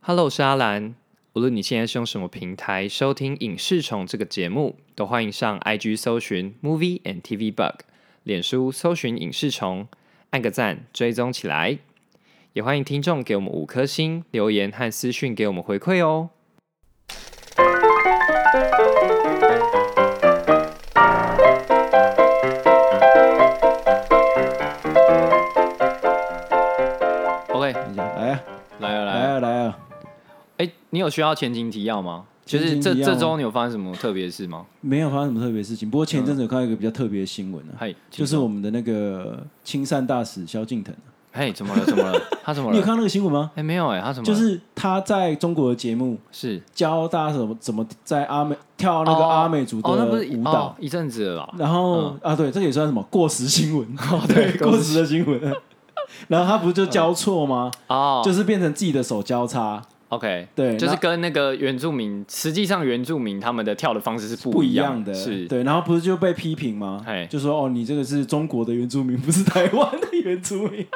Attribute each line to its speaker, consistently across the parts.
Speaker 1: Hello，我是阿兰。无论你现在是用什么平台收听《影视虫》这个节目，都欢迎上 IG 搜寻 Movie and TV Bug，脸书搜寻影视虫，按个赞追踪起来。也欢迎听众给我们五颗星留言和私讯给我们回馈哦。OK，
Speaker 2: 你讲来啊，
Speaker 1: 来了来了
Speaker 2: 来。啊，来啊！
Speaker 1: 哎、你有需要前情提要吗？就是
Speaker 2: 前
Speaker 1: 这
Speaker 2: 情提要
Speaker 1: 这
Speaker 2: 吗
Speaker 1: 周你有发生什么特别的事吗？
Speaker 2: 没有发生什么特别事情，不过前一阵
Speaker 1: 嗯
Speaker 2: 子有看到一个比较特别的新闻啊，
Speaker 1: 嘿，
Speaker 2: 就是我们的那个亲善大使萧敬腾，啊
Speaker 1: 嘿，怎么了？怎么了？他怎么
Speaker 2: 你有
Speaker 1: 了？
Speaker 2: 看到那个新闻吗？
Speaker 1: 哎、没有哎、他怎么
Speaker 2: 就
Speaker 1: 了
Speaker 2: 是他在中国的节目
Speaker 1: 是
Speaker 2: 教大家怎么怎么在阿美跳那个
Speaker 1: 哦
Speaker 2: 阿美族的
Speaker 1: 哦，那不是
Speaker 2: 舞蹈
Speaker 1: 哦，嗯一阵子了啦。
Speaker 2: 然后、啊，对，这也算什么过时新 闻？哦，对， 过时的新闻。然后他不就交错吗？
Speaker 1: 嗯哦，
Speaker 2: 就是变成自己的手交叉，
Speaker 1: OK，
Speaker 2: 对
Speaker 1: 就是
Speaker 2: 那
Speaker 1: 跟那个原住民，实际上原住民他们的跳的方式是
Speaker 2: 不
Speaker 1: 一
Speaker 2: 一
Speaker 1: 样
Speaker 2: 样的。
Speaker 1: 是，
Speaker 2: 对，然后不是就被批评吗
Speaker 1: 嘿？
Speaker 2: 就说哦，你这个是中国的原住民，不是台湾的原住民。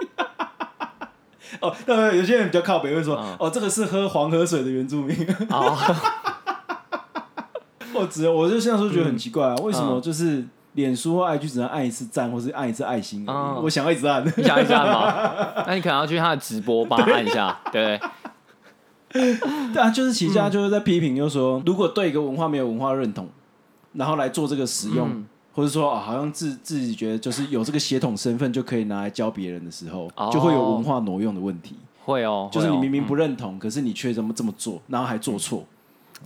Speaker 2: 哦，那有些人比较靠北会说，
Speaker 1: 嗯
Speaker 2: 哦，这个是喝黄河水的原住民。
Speaker 1: 哦，
Speaker 2: 我只我就那时候觉得很奇怪啊，为什
Speaker 1: 嗯
Speaker 2: 么就是脸书或 IG 只能按一次赞，或是按一次爱心而
Speaker 1: 嗯
Speaker 2: 已？我想要一直按。
Speaker 1: 你想一下嘛，那你可能要去他的直播帮他按一下，对不对？
Speaker 2: 对啊，就是其
Speaker 1: 嗯
Speaker 2: 实他就是在批评，就是说，如果对一个文化没有文化认同，然后来做这个使用，
Speaker 1: 嗯
Speaker 2: 或者说啊，好像自自己觉得就是有这个血统身份就可以拿来教别人的时候，
Speaker 1: 哦
Speaker 2: 就会有文化挪用的问题。
Speaker 1: 会哦，
Speaker 2: 就是你
Speaker 1: 会哦
Speaker 2: 明明不认同，可是你却这么这么做，然后还做错，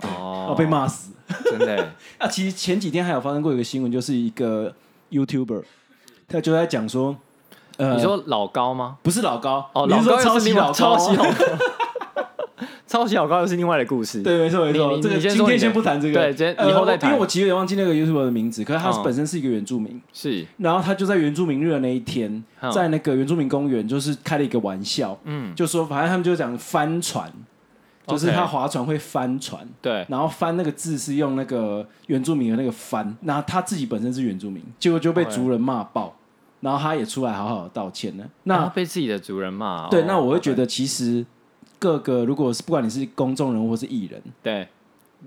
Speaker 1: 哦
Speaker 2: 哦，被，骂死。
Speaker 1: 真的欸
Speaker 2: 啊，其实前几天还有发生过一个新闻，就是一个 YouTuber，他就在讲说，呃，
Speaker 1: 欸你说老高吗？
Speaker 2: 不是老高，
Speaker 1: 哦，
Speaker 2: 你
Speaker 1: 老
Speaker 2: 是
Speaker 1: 高
Speaker 2: 说
Speaker 1: 又
Speaker 2: 抄
Speaker 1: 是
Speaker 2: 袭
Speaker 1: 另外
Speaker 2: 老
Speaker 1: 抄
Speaker 2: 高
Speaker 1: 袭
Speaker 2: 啊，
Speaker 1: 老高，抄袭老高又是另外的故事。
Speaker 2: 对，没错没
Speaker 1: 你
Speaker 2: 错，
Speaker 1: 你
Speaker 2: 这个
Speaker 1: 你先
Speaker 2: 今
Speaker 1: 说你的
Speaker 2: 天先不谈这个，
Speaker 1: 对今天
Speaker 2: 呃
Speaker 1: 以后再谈
Speaker 2: 因为我其实有点忘记那个 YouTuber 的名字，可是他
Speaker 1: 嗯
Speaker 2: 本身是一个原住民，
Speaker 1: 是，
Speaker 2: 然后他就在原住民日的那一天
Speaker 1: 嗯，
Speaker 2: 在那个原住民公园就是开了一个玩笑，
Speaker 1: 嗯，
Speaker 2: 就说反正他们就讲翻船，就是他划船会翻船。
Speaker 1: 对，
Speaker 2: 然后翻那个字是用那个原住民的那个翻，然后他自己本身是原住民，结果就被
Speaker 1: OK
Speaker 2: 族人骂爆，然后他也出来好好的道歉了。那
Speaker 1: 他被自己的主人啊骂哦，
Speaker 2: 对，那我会觉
Speaker 1: OK，
Speaker 2: 得其实各个如果是不管你是公众人物或是艺人，
Speaker 1: 对，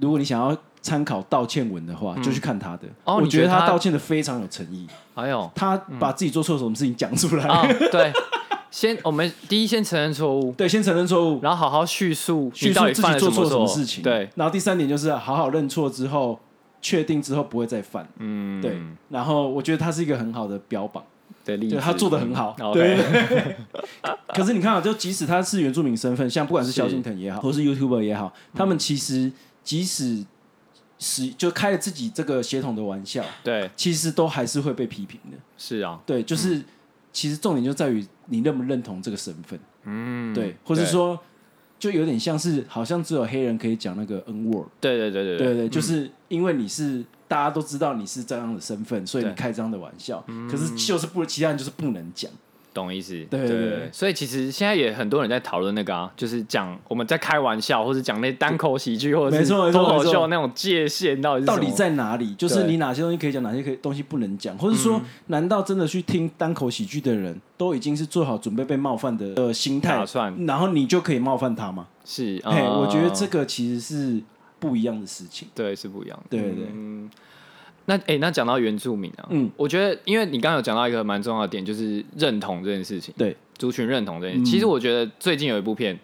Speaker 2: 如果你想要参考道歉文的话，就去看他的。
Speaker 1: 嗯哦
Speaker 2: 我
Speaker 1: 你觉
Speaker 2: 觉
Speaker 1: 得
Speaker 2: 得他
Speaker 1: 他
Speaker 2: 道歉的非常有诚意，
Speaker 1: 哎 呦，
Speaker 2: 他把自己做错什么事情讲出来，
Speaker 1: 啊，对，先我们第一先承认错误，
Speaker 2: 对，先承认错误，
Speaker 1: 然后好好叙述
Speaker 2: 叙
Speaker 1: 你
Speaker 2: 述
Speaker 1: 到底
Speaker 2: 自
Speaker 1: 犯
Speaker 2: 己
Speaker 1: 了
Speaker 2: 做
Speaker 1: 么
Speaker 2: 错什么
Speaker 1: 错
Speaker 2: 事情，
Speaker 1: 对，。
Speaker 2: 然后第三点就是好好认错之后，确定之后不会再犯，
Speaker 1: 嗯，
Speaker 2: 对。然后我觉得他是一个很好的标榜，
Speaker 1: 的例子，哦
Speaker 2: 对他做的很好，对。
Speaker 1: OK，
Speaker 2: 可是你看啊，就即使他是原住民身份，像不管是萧敬腾也好，或是 YouTuber 也好，
Speaker 1: 嗯
Speaker 2: 他们其实即使使就开了自己这个血统的玩笑，
Speaker 1: 对，
Speaker 2: 其实都还是会被批评的。
Speaker 1: 是啊，
Speaker 2: 对，就是、其实重点就在于你认不认同这个身份，
Speaker 1: 嗯，
Speaker 2: 对，或是，说就有点像是好像只有黑人可以讲那个 N word，
Speaker 1: 对对对对嗯
Speaker 2: 对对就是因为你是。大家都知道你是这样的身份，所以你开这样的玩笑。
Speaker 1: 嗯
Speaker 2: 可是就是不，其他人就是不能讲。
Speaker 1: 懂意思，
Speaker 2: 对对对
Speaker 1: 所以其实现在也很多人在讨论那个啊，就是讲我们在开玩笑，或者讲那单口喜剧，或者
Speaker 2: 没
Speaker 1: 是
Speaker 2: 错没错
Speaker 1: 脱口
Speaker 2: 没
Speaker 1: 秀
Speaker 2: 错
Speaker 1: 那种界限到底是
Speaker 2: 到
Speaker 1: 什
Speaker 2: 底
Speaker 1: 么
Speaker 2: 在哪里？就是你哪些东西可以讲，哪些可以东西不能讲，或者
Speaker 1: 嗯
Speaker 2: 说，难道真的去听单口喜剧的人都已经是做好准备被冒犯的呃心态
Speaker 1: 打，算
Speaker 2: 然后你就可以冒犯他吗？
Speaker 1: 是，
Speaker 2: 嘿，
Speaker 1: 嗯
Speaker 2: 我觉得这个其实是不一样的事情。
Speaker 1: 对是不一样的，
Speaker 2: 对对对
Speaker 1: 嗯那诶，那讲到原住民啊，嗯
Speaker 2: 嗯，
Speaker 1: 我觉得，因为你刚刚有讲到一个蛮重要的点，就是认同这件事情，
Speaker 2: 对，嗯
Speaker 1: 族群认同这件事情。其实我觉得最近有一部片，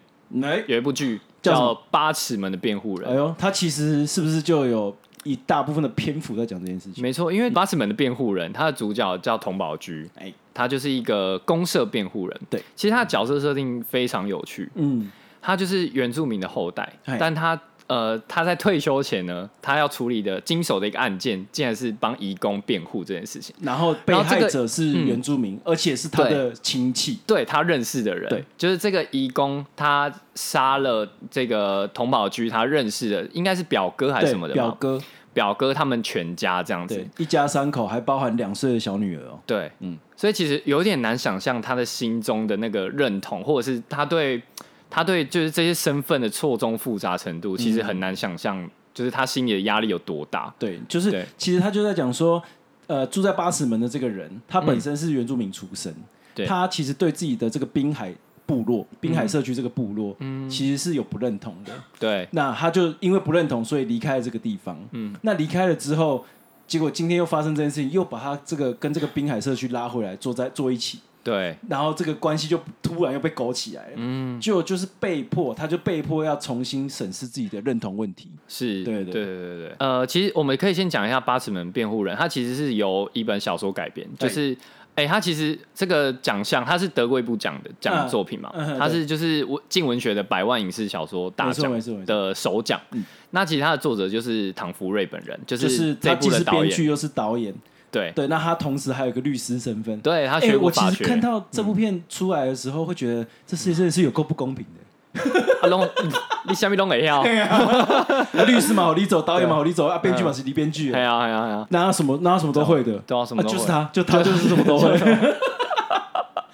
Speaker 2: 哎，
Speaker 1: 有一部剧
Speaker 2: 叫什
Speaker 1: 叫
Speaker 2: 么
Speaker 1: 《八尺门的辩护人
Speaker 2: 哎》，呦，他其实是不是就有一大部分的篇幅在讲这件事情？
Speaker 1: 没错，因为《八尺门的辩护人》他的主角叫童宝驹，
Speaker 2: 哎，
Speaker 1: 他就是一个公社辩护人。
Speaker 2: 对，
Speaker 1: 其实他的角色设定非常有趣，
Speaker 2: 嗯，
Speaker 1: 他就是原住民的后代，
Speaker 2: 哎
Speaker 1: 但他呃他在退休前呢，他要处理的经手的一个案件，竟然是帮移工辩护这件事情。
Speaker 2: 然后被
Speaker 1: 然后这个嗯
Speaker 2: 害者是原住民，而且是他的亲戚。
Speaker 1: 对他认识的人，
Speaker 2: 对，
Speaker 1: 就是这个义工，他杀了这个童宝驹，他认识的应该是表哥还是
Speaker 2: 对
Speaker 1: 什么，的
Speaker 2: 表
Speaker 1: 吧？
Speaker 2: 哥，
Speaker 1: 表哥他们全家这样子
Speaker 2: 对，，一家三口还包含两岁的小女儿哦。
Speaker 1: 对，嗯
Speaker 2: 嗯，
Speaker 1: 所以其实有点难想象他的心中的那个认同，或者是他对他对就是这些身份的错综复杂程度，其
Speaker 2: 嗯
Speaker 1: 实很难想象，就是他心里的压力有多大。
Speaker 2: 对，就
Speaker 1: 对
Speaker 2: 是其实他就在讲说，呃，住在八尺门的这个人，他本身是原住民出身，
Speaker 1: 嗯对
Speaker 2: 他其实对自己的这个滨海。部落滨海社区这个部落，
Speaker 1: 嗯
Speaker 2: 其实是有不认同的。
Speaker 1: 对，
Speaker 2: 那他就因为不认同，所以离开了这个地方。嗯，那离开了之后，结果今天又发生这件事情，又把他这个跟这个滨海社区拉回来，坐在坐一起，
Speaker 1: 对，
Speaker 2: 然后这个关系就突然又被勾起来了。嗯，就就是被迫，他就被迫要重新审视自己的认同问题。
Speaker 1: 是，
Speaker 2: 对
Speaker 1: 对
Speaker 2: 对
Speaker 1: 对对对呃，其实我们可以先讲一下《八尺门辩护人》，它其实是由一本小说改编，就是。哎、它其实这个奖项，它是德国一部奖的奖的
Speaker 2: 嗯
Speaker 1: 作品嘛，
Speaker 2: 嗯
Speaker 1: 它是就是文近文学的百万影视小说大
Speaker 2: 没错
Speaker 1: 奖
Speaker 2: 没错嗯没错
Speaker 1: 的首奖。那其实它的作者就是唐福瑞本人，就
Speaker 2: 就是
Speaker 1: 这
Speaker 2: 啊他
Speaker 1: 一部
Speaker 2: 既
Speaker 1: 的
Speaker 2: 是
Speaker 1: 导
Speaker 2: 编
Speaker 1: 演。
Speaker 2: 剧又是导演，
Speaker 1: 对，
Speaker 2: 对，那他同时还有一个律师身份。
Speaker 1: 对他
Speaker 2: 哎
Speaker 1: 学过
Speaker 2: 我其
Speaker 1: 法
Speaker 2: 实
Speaker 1: 学。
Speaker 2: 看到这部片出来的时候，会觉得这世界真的是有够不公平的。
Speaker 1: 啊，拢你虾米拢 会
Speaker 2: 哎
Speaker 1: 晓？系
Speaker 2: 啊律师嘛好理走，导演嘛好理走，啊，编剧嘛是离编剧的，
Speaker 1: 啊系啊系啊，
Speaker 2: 那他什么那他什么都会的，
Speaker 1: 对啊什么
Speaker 2: 啊
Speaker 1: 都会啊
Speaker 2: 就是他，就他就是什么都会，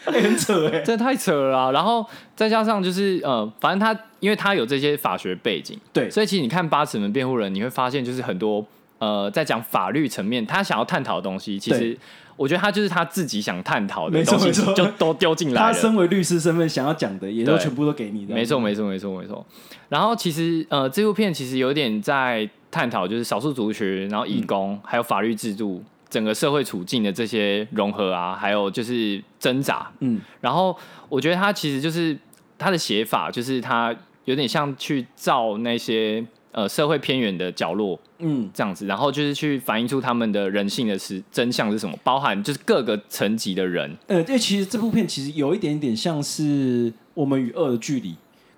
Speaker 2: 哎很扯哎，
Speaker 1: 这太扯了啊、然后再加上就是呃，反正他因为他有这些法学背景，
Speaker 2: 对
Speaker 1: 所以其实你看《八尺门辩护人》，你会发现就是很多呃，在讲法律层面他想要探讨的东西，其实
Speaker 2: 对
Speaker 1: 我觉得他就是他自己想探讨的
Speaker 2: 没错
Speaker 1: 东西
Speaker 2: 没错
Speaker 1: 就都丢进来
Speaker 2: 他
Speaker 1: 了。
Speaker 2: 身为律师身份想要讲的也都
Speaker 1: 对
Speaker 2: 全部都给你的，
Speaker 1: 没错，没错，没错，没错。然后其实呃，这部片其实有点在探讨就是少数族群，然后移工，
Speaker 2: 嗯
Speaker 1: 还有法律制度。整个社会处境的这些融合啊，还有就是挣扎，
Speaker 2: 嗯，
Speaker 1: 然后我觉得他其实就是他的写法，就是他有点像去照那些呃社会偏远的角落
Speaker 2: 嗯，
Speaker 1: 这样子，然后就是去反映出他们的人性的是真相是什么，包含就是各个层级的人，
Speaker 2: 呃，因为其实这部片其实有一点点像是《我们与恶的距离》，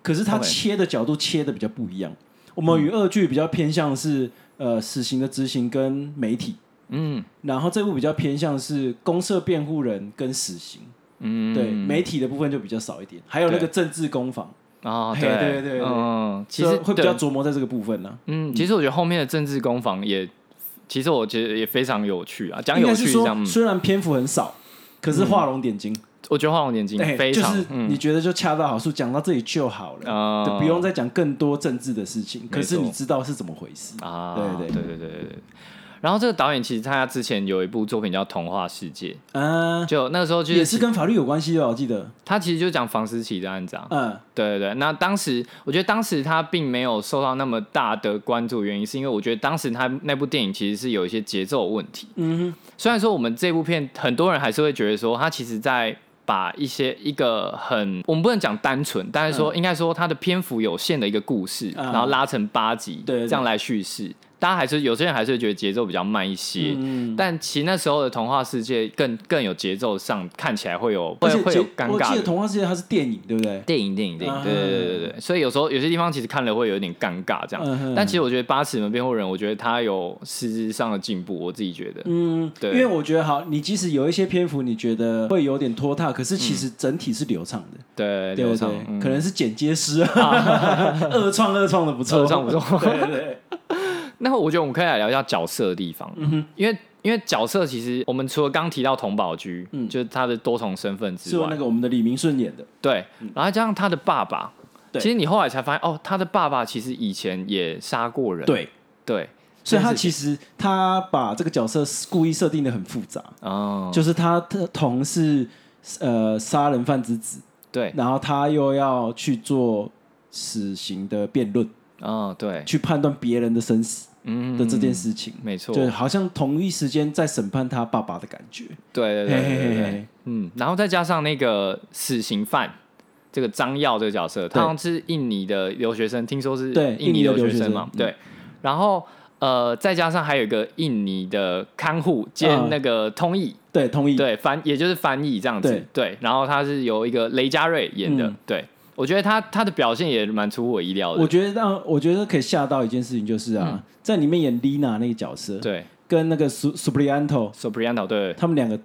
Speaker 2: 可是它
Speaker 1: OK 嗯
Speaker 2: 切的角度切的比较不一样，《我们与恶的距离》比较偏向是呃死刑的执行跟媒体，
Speaker 1: 嗯
Speaker 2: 然后这部比较偏向是公社辩护人跟死刑，
Speaker 1: 嗯，
Speaker 2: 对媒体的部分就比较少一点，还有那个政治攻防，
Speaker 1: 哦
Speaker 2: 嘿
Speaker 1: 对
Speaker 2: 对对对
Speaker 1: 嗯，其实
Speaker 2: 所以会比较
Speaker 1: 对
Speaker 2: 琢磨在这个部分呢、
Speaker 1: 嗯，其实我觉得后面的政治攻防也，其实我觉得也非常有趣啊，讲
Speaker 2: 应
Speaker 1: 有
Speaker 2: 该
Speaker 1: 趣
Speaker 2: 是
Speaker 1: 这样
Speaker 2: 说，
Speaker 1: 嗯，
Speaker 2: 虽然篇幅很少，可是画龙点睛，
Speaker 1: 我觉得画龙点睛
Speaker 2: 哎，
Speaker 1: 嗯非
Speaker 2: 就
Speaker 1: 常
Speaker 2: 是呃你觉得就恰到好处，讲到这里就好了，
Speaker 1: 啊
Speaker 2: 就不用再讲更多政治的事情。
Speaker 1: 错
Speaker 2: 可是你知道是怎么回事？
Speaker 1: 啊，
Speaker 2: 对
Speaker 1: 对对
Speaker 2: 对
Speaker 1: 对对对。然后这个导演其实他之前有一部作品叫《童话世界
Speaker 2: 啊》，，
Speaker 1: 就那个时候就
Speaker 2: 也是跟法律有关系的，哦我记得，
Speaker 1: 他其实就讲房思琪的案子啊。
Speaker 2: 嗯，
Speaker 1: 对对对，那当时我觉得当时他并没有受到那么大的关注，原因是因为我觉得当时他那部电影其实是有一些节奏问题。
Speaker 2: 嗯
Speaker 1: 虽然说我们这部片很多人还是会觉得说，他其实在把一些一个很我们不能讲单纯，但是说、应该说它的篇幅有限的一个故事，
Speaker 2: 嗯
Speaker 1: 然后拉成八集，
Speaker 2: 对对
Speaker 1: 这样来叙事。大家还是有些人还是会觉得节奏比较慢一些，
Speaker 2: 嗯，
Speaker 1: 但其实那时候的童话世界更更有节奏上看起来会有
Speaker 2: 而
Speaker 1: 会
Speaker 2: 且
Speaker 1: 会有
Speaker 2: 其
Speaker 1: 尴
Speaker 2: 我
Speaker 1: 尬
Speaker 2: 记得《啊
Speaker 1: 的。
Speaker 2: 童话世界》它是电影，对不对？
Speaker 1: 电影，电影，电影，对对对对对，所以有时候有些地方其实看了会有点尴尬这样，
Speaker 2: 嗯哼
Speaker 1: 但其实我觉得《八尺门辩护人》，我觉得他有实质上的进步，我自己觉得，
Speaker 2: 嗯，
Speaker 1: 对
Speaker 2: 因为我觉得好，你即使有一些篇幅，你觉得会有点拖沓，可是
Speaker 1: 嗯
Speaker 2: 其实整体是流畅的，
Speaker 1: 对，
Speaker 2: 对
Speaker 1: 流
Speaker 2: 对
Speaker 1: 畅，
Speaker 2: 对，
Speaker 1: 嗯
Speaker 2: 可能是剪接 师啊， 二创二创的不错，
Speaker 1: 二创不错
Speaker 2: 对对对，
Speaker 1: 那我觉得我们可以来聊一下角色的地方，
Speaker 2: 嗯
Speaker 1: 因为因为角色其实我们除了刚提到童宝驹，就是他的多重身份
Speaker 2: 嗯是
Speaker 1: 之
Speaker 2: 用
Speaker 1: 外，
Speaker 2: 那个我们的李明顺演的，
Speaker 1: 对，然后加上他的爸爸，
Speaker 2: 对
Speaker 1: 其实你后来才发现哦，他的爸爸其实以前也杀过人，
Speaker 2: 对，
Speaker 1: 对，
Speaker 2: 所以他
Speaker 1: 但是
Speaker 2: 其实他把这个角色故意设定的很复杂，
Speaker 1: 哦，
Speaker 2: 就是他的同是呃杀人犯之子，
Speaker 1: 对，
Speaker 2: 然后他又要去做死刑的辩论，
Speaker 1: 哦，对，
Speaker 2: 去判断别人的生死
Speaker 1: 嗯
Speaker 2: 的这件，事情，
Speaker 1: 没错，
Speaker 2: 就好像同一时间在审判他爸爸的感觉。
Speaker 1: 对对对对对
Speaker 2: 嘿嘿
Speaker 1: 对
Speaker 2: 嘿，
Speaker 1: 嗯，然后再加上那个死刑犯。这个张耀这个角色，他
Speaker 2: 对
Speaker 1: 好像是印尼的留学生，听说是
Speaker 2: 对
Speaker 1: 印尼
Speaker 2: 印尼的
Speaker 1: 留学
Speaker 2: 留学
Speaker 1: 生嘛，
Speaker 2: 生嗯
Speaker 1: 对。然后呃，再加上还有一个印尼的看护兼
Speaker 2: 嗯
Speaker 1: 那个通译，
Speaker 2: 对，同意。
Speaker 1: 对翻也就是翻译这样子，对。然后他是由一个雷佳瑞演的，
Speaker 2: 嗯
Speaker 1: 对。我觉得他他的表现也蛮出乎我意料
Speaker 2: 我
Speaker 1: 的，嗯
Speaker 2: 觉得让我觉得可以吓到一件事情就是啊，在里面演 Lina 那个角色，
Speaker 1: 对。
Speaker 2: 跟那个 Su Subrianto，
Speaker 1: Sobrianto 对，
Speaker 2: 他们两个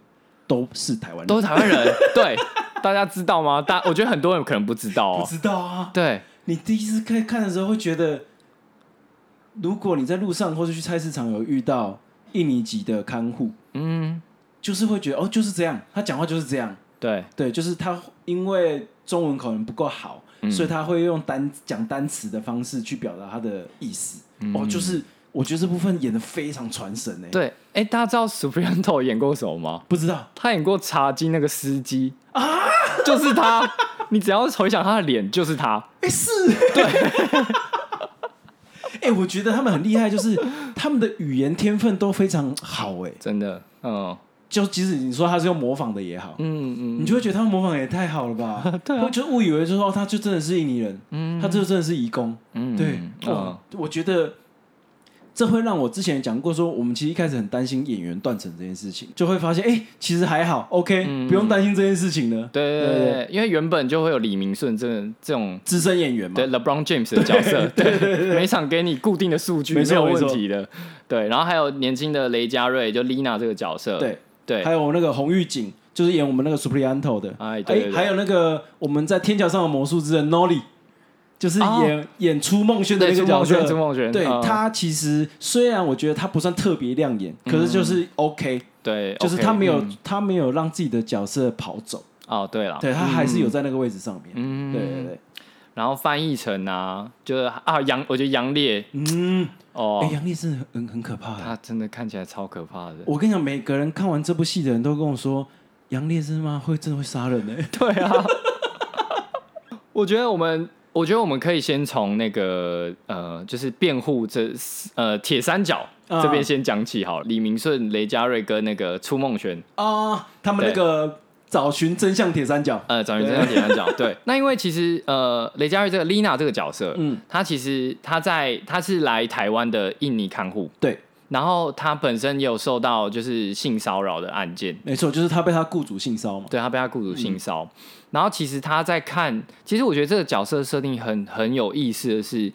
Speaker 2: 都是台湾人，
Speaker 1: 都是台湾人， 对。大家知道吗？大我觉得很多人可能不知道
Speaker 2: 不
Speaker 1: 哦，
Speaker 2: 知道啊。
Speaker 1: 对。
Speaker 2: 你第一次看看的时候会觉得，如果你在路上或者去菜市场有遇到印尼籍的看护，
Speaker 1: 嗯，
Speaker 2: 就是会觉得哦，就是这样，他讲话就是这样，
Speaker 1: 对，
Speaker 2: 对，就是他因为中文可能不够好，所以他会用单讲单词的方式去表达他的意思。哦，就是我觉得这部分演的非常传神欸诶、
Speaker 1: 对，哎，大家知道 Sobrianto 演过什么吗？
Speaker 2: 不知道
Speaker 1: 他演过《茶经》那个司机啊，就是他，
Speaker 3: 你只要回想他的脸，就是他。
Speaker 2: 哎、是，对。 哎、我觉得他们很厉害，就是他们的语言天分都非常好、哎，
Speaker 1: 真的，嗯
Speaker 2: 就即使你说他是用模仿的也好，
Speaker 1: 嗯嗯，
Speaker 2: 你就会觉得他们模仿也太好了吧？对啊，就误以为就是说哦，他就真的是印尼人，
Speaker 1: 嗯
Speaker 2: 他就真的是移工。
Speaker 1: 嗯
Speaker 2: 对，
Speaker 1: 嗯
Speaker 2: 哇，我觉得这会让我之前讲过说，我们其实一开始很担心演员断层这件事情，就会发现，哎、其实还好，OK，、
Speaker 1: 嗯
Speaker 2: 不用担心这件事情了。
Speaker 1: 对对
Speaker 2: 对
Speaker 1: 对
Speaker 2: 对
Speaker 1: 对，因为原本就会有李明顺这这种
Speaker 2: 资深演员嘛
Speaker 1: 对，LeBron James 的角 色，对每场给你固定的数据
Speaker 2: 没
Speaker 1: 没
Speaker 2: 错
Speaker 1: 有问题的，对，然后还有年轻的雷佳瑞，就 Lina 这个角色，
Speaker 2: 对
Speaker 1: 对
Speaker 2: 还，有那个洪玉景，就是演我们那个 Suprianto 的，
Speaker 1: 哎对对对
Speaker 2: 还有那个我们在《天桥上的魔术之人》Nolly，就是演、
Speaker 1: 哦
Speaker 2: 演出梦轩的
Speaker 1: 对
Speaker 2: 那个
Speaker 1: 朱
Speaker 2: 角
Speaker 1: 梦
Speaker 2: 色
Speaker 1: 轩，。朱梦轩，
Speaker 2: 对
Speaker 1: 嗯
Speaker 2: 他其实虽然我觉得他不算特别亮眼，可是就是 OK，、
Speaker 1: 对，
Speaker 2: 就是
Speaker 1: 嗯 OK，
Speaker 2: 他没有、
Speaker 1: 嗯
Speaker 2: 他没有让自己的角色跑走，
Speaker 1: 哦，对了，
Speaker 2: 对他还是有在那个位置上面。
Speaker 1: 嗯，
Speaker 2: 对对对，
Speaker 1: 然后翻译成啊，就是啊杨，我觉得杨烈
Speaker 2: 嗯，哎、
Speaker 1: 哦，
Speaker 2: 杨笠是很很可怕的。
Speaker 1: 他真的看起来超可怕的，
Speaker 2: 我跟你讲，每个人看完这部戏的人都跟我说，杨烈是吗？会真的会杀人欸 呢、
Speaker 1: 对啊，我觉得我们，我觉得我们可以先从那个呃，就是辩护这呃铁三角
Speaker 2: 啊
Speaker 1: 这边先讲起好了。李明顺、雷佳瑞跟那个初梦轩，
Speaker 2: 啊，他们那个找寻真相铁三角，
Speaker 1: 呃，找人真的铁三角。对，那因为其实呃，雷佳瑞这个 Lina 这个角色，
Speaker 2: 嗯，
Speaker 1: 她其实她在她是来台湾的印尼看护，
Speaker 2: 对，
Speaker 1: 然后她本身也有受到就是性骚扰的案件，
Speaker 2: 没错，就是他被他雇主性骚嘛。
Speaker 1: 对他被他雇主性骚、然后其实他在看，其实我觉得这个角色设定很很有意思的是，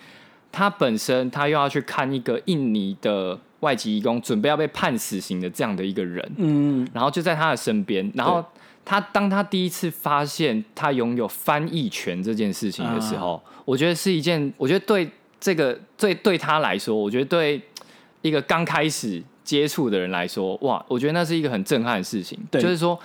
Speaker 1: 他本身他又要去看一个印尼的外籍义工准备要被判死刑的这样的一个人，
Speaker 2: 嗯，
Speaker 1: 然后就在他的身边，然后他当他第一次发现他拥有翻译权这件事情的时
Speaker 2: 啊
Speaker 1: 候，我觉得是一件，我觉得对这个对对他来说，我觉得对一个刚开始接触的人来说，哇，我觉得那是一个很震撼的事情，
Speaker 2: 对
Speaker 1: 就是说。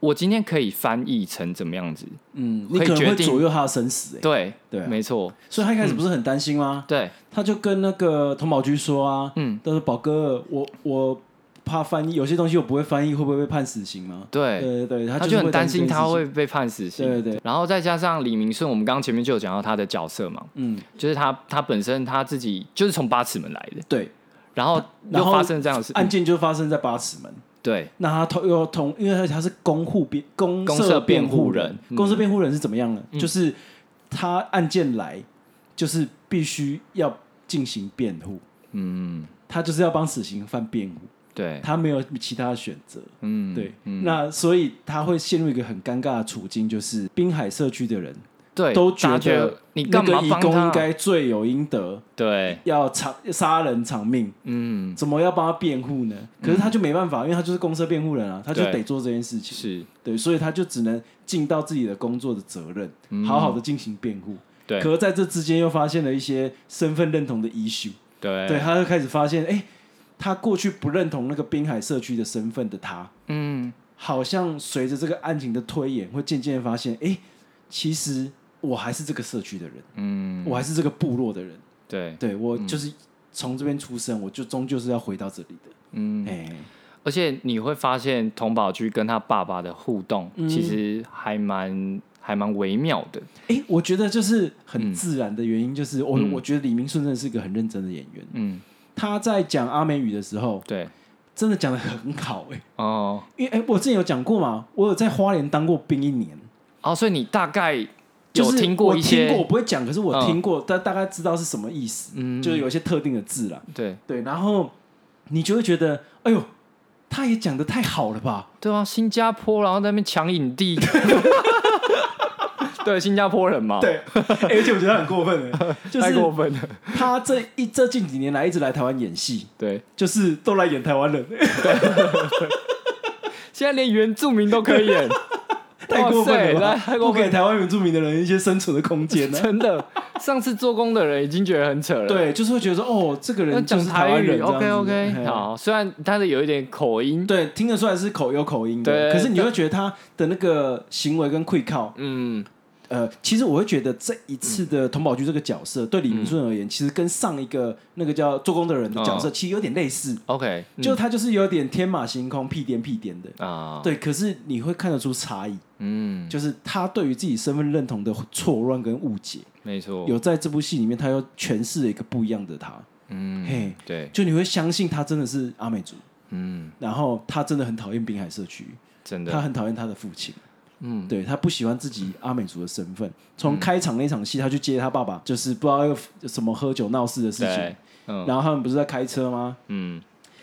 Speaker 1: 我今天可以翻译成怎么样子？
Speaker 2: 嗯，你
Speaker 1: 会
Speaker 2: 可能
Speaker 1: 决
Speaker 2: 会
Speaker 1: 定
Speaker 2: 左右他的生死、欸，
Speaker 1: 对嗯
Speaker 2: 对啊
Speaker 1: 没错，
Speaker 2: 所以他一开始不是很担心吗？
Speaker 1: 对，
Speaker 2: 他就跟那个童宝驹说啊，
Speaker 1: 嗯，
Speaker 2: 他说宝哥，我我怕翻译，有些东西我不会翻译，会不会被判死刑吗？对
Speaker 1: 对，
Speaker 2: 对对，
Speaker 1: 他
Speaker 2: 就
Speaker 1: 就是很担心
Speaker 2: 这件
Speaker 1: 他
Speaker 2: 事情
Speaker 1: 会，被判死刑。啊
Speaker 2: 对对对，
Speaker 1: 然后再加上李明顺，我们刚刚前面就有讲到他的角色嘛，
Speaker 2: 嗯，
Speaker 1: 就是他他本身他自己就是从八尺门来的，
Speaker 2: 对，
Speaker 1: 然后
Speaker 2: 然
Speaker 1: 又
Speaker 2: 后哎
Speaker 1: 发生这样的事，
Speaker 2: 案件就发生在八尺门。
Speaker 1: 对，
Speaker 2: 那他同又同，因为他是公护辩公
Speaker 1: 公社
Speaker 2: 社
Speaker 1: 辩
Speaker 2: 辩
Speaker 1: 护
Speaker 2: 护
Speaker 1: 人
Speaker 2: 人
Speaker 1: 嗯，
Speaker 2: 公社辩护人是怎么样呢？就是他案件来，就是必须要进行辩护，
Speaker 1: 嗯，
Speaker 2: 他就是要帮死刑犯辩护，
Speaker 1: 对，
Speaker 2: 他没有其他的选择。
Speaker 1: 嗯，
Speaker 2: 对，
Speaker 1: 嗯，
Speaker 2: 那所以他会陷入一个很尴尬的处境，就是滨海社区的人
Speaker 1: 对，
Speaker 2: 都觉
Speaker 1: 大家
Speaker 2: 得
Speaker 1: 你
Speaker 2: 那
Speaker 1: 干
Speaker 2: 个
Speaker 1: 嘛
Speaker 2: 义
Speaker 1: 帮
Speaker 2: 工
Speaker 1: 他？
Speaker 2: 应该罪有应得，
Speaker 1: 对，
Speaker 2: 要偿杀人偿命，
Speaker 1: 嗯，
Speaker 2: 怎么要帮他辩护呢？可是他就没办法，因为他就是公社辩护人啊，他就
Speaker 1: 对
Speaker 2: 得做这件事情。
Speaker 1: 是，
Speaker 2: 对，所以他就只能尽到自己的工作的责任，
Speaker 1: 嗯
Speaker 2: 好好的进行辩护。
Speaker 1: 对，
Speaker 2: 可是在这之间又发现了一些身份认同的 issue，
Speaker 1: 对，
Speaker 2: 对，，他就开始发现，哎、他过去不认同那个滨海社区的身份的他，
Speaker 1: 嗯，
Speaker 2: 好像随着这个案情的推演，会渐渐地发现，哎、其实我还是这个社区的人，
Speaker 1: 嗯，
Speaker 2: 我还是这个部落的人，
Speaker 1: 对，
Speaker 2: 对我就是从这边出生，我就终究是要回到这里的，
Speaker 1: 嗯，
Speaker 2: 哎、
Speaker 1: 而且你会发现童宝驹跟他爸爸的互动，
Speaker 2: 嗯
Speaker 1: 其实还蛮还蛮微妙的，
Speaker 2: 哎、我觉得就是很自然的原因，就是我、
Speaker 1: 嗯
Speaker 2: 我觉得李明顺真的是一个很认真的演员。
Speaker 1: 嗯，
Speaker 2: 他在讲阿美语的时候，
Speaker 1: 对，
Speaker 2: 真的讲的很好哎、
Speaker 1: 哦，
Speaker 2: 因为哎、我之前有讲过嘛，我有在花莲当过兵一年，
Speaker 1: 哦，所以你大概
Speaker 2: 就
Speaker 1: 有
Speaker 2: 是
Speaker 1: 听过一
Speaker 2: 我听过，我
Speaker 1: 些，
Speaker 2: 不会讲，可是我听过，但大概知道是什么意思，
Speaker 1: 嗯，
Speaker 2: 就是有一些特定的字啦。
Speaker 1: 对，
Speaker 2: 对，然后你就会觉得，哎呦，他也讲的太好了吧？
Speaker 1: 对啊，新加坡，然后在那边抢影 帝，对，新加坡人嘛，
Speaker 2: 对，哎而且我觉得他很过 分哎，就
Speaker 1: 太过
Speaker 2: 是
Speaker 1: 分了，
Speaker 2: 他这一这近几年来一直来台湾演戏，
Speaker 1: 对，
Speaker 2: 就是都来演台湾人，
Speaker 1: 现在连原住民都可以演，
Speaker 2: 太过分
Speaker 1: 哇塞
Speaker 2: 了吧
Speaker 1: 来？太过
Speaker 2: 不
Speaker 1: 分
Speaker 2: 给台湾原住民的人一些生存的空间 呢、
Speaker 1: 真的，上次做工的人已经觉得很扯了，，
Speaker 2: 对，就是会觉得说，哦，这个
Speaker 1: 要
Speaker 2: 人就
Speaker 1: 讲
Speaker 2: 是台
Speaker 1: 台
Speaker 2: 湾
Speaker 1: 语
Speaker 2: 人
Speaker 1: ，OK
Speaker 2: 这样子
Speaker 1: OK，
Speaker 2: 嘿
Speaker 1: 好，虽然他的有一点口音，
Speaker 2: 对，听得出来是口有口音
Speaker 1: 对
Speaker 2: 的，可是你
Speaker 1: 对
Speaker 2: 会觉得他的那个行为跟溃靠
Speaker 1: 嗯，
Speaker 2: 呃，其实我会觉得这一次的童宝驹这个角
Speaker 1: 嗯
Speaker 2: 色，对李明顺而言，其实跟上一个那个叫做工的人的角色，
Speaker 1: 哦
Speaker 2: 其实有点类似，
Speaker 1: OK，嗯
Speaker 2: 就他就是有点天马行空、屁颠屁颠的。
Speaker 1: 啊，
Speaker 2: 对，可是你会看得出差异，
Speaker 1: 嗯，
Speaker 2: 就是他对于自己身份认同的错乱跟误解，
Speaker 1: 没错，
Speaker 2: 有在这部戏里面，他又诠释了一个不一样的他，嘿
Speaker 1: 嗯，对，
Speaker 2: 就你会相信他真的是阿美族，
Speaker 1: 嗯，
Speaker 2: 然后他真的很讨厌滨海社区，
Speaker 1: 真
Speaker 2: 他
Speaker 1: 的，
Speaker 2: 很讨厌他的父亲，
Speaker 1: 嗯，
Speaker 2: 对他不喜欢自己阿美族的身份。从开场那场戏，他去接他爸爸，就是不知道有什么喝酒闹事的事情
Speaker 1: 对，，嗯
Speaker 2: 然后他们不是在开车吗？
Speaker 1: 嗯，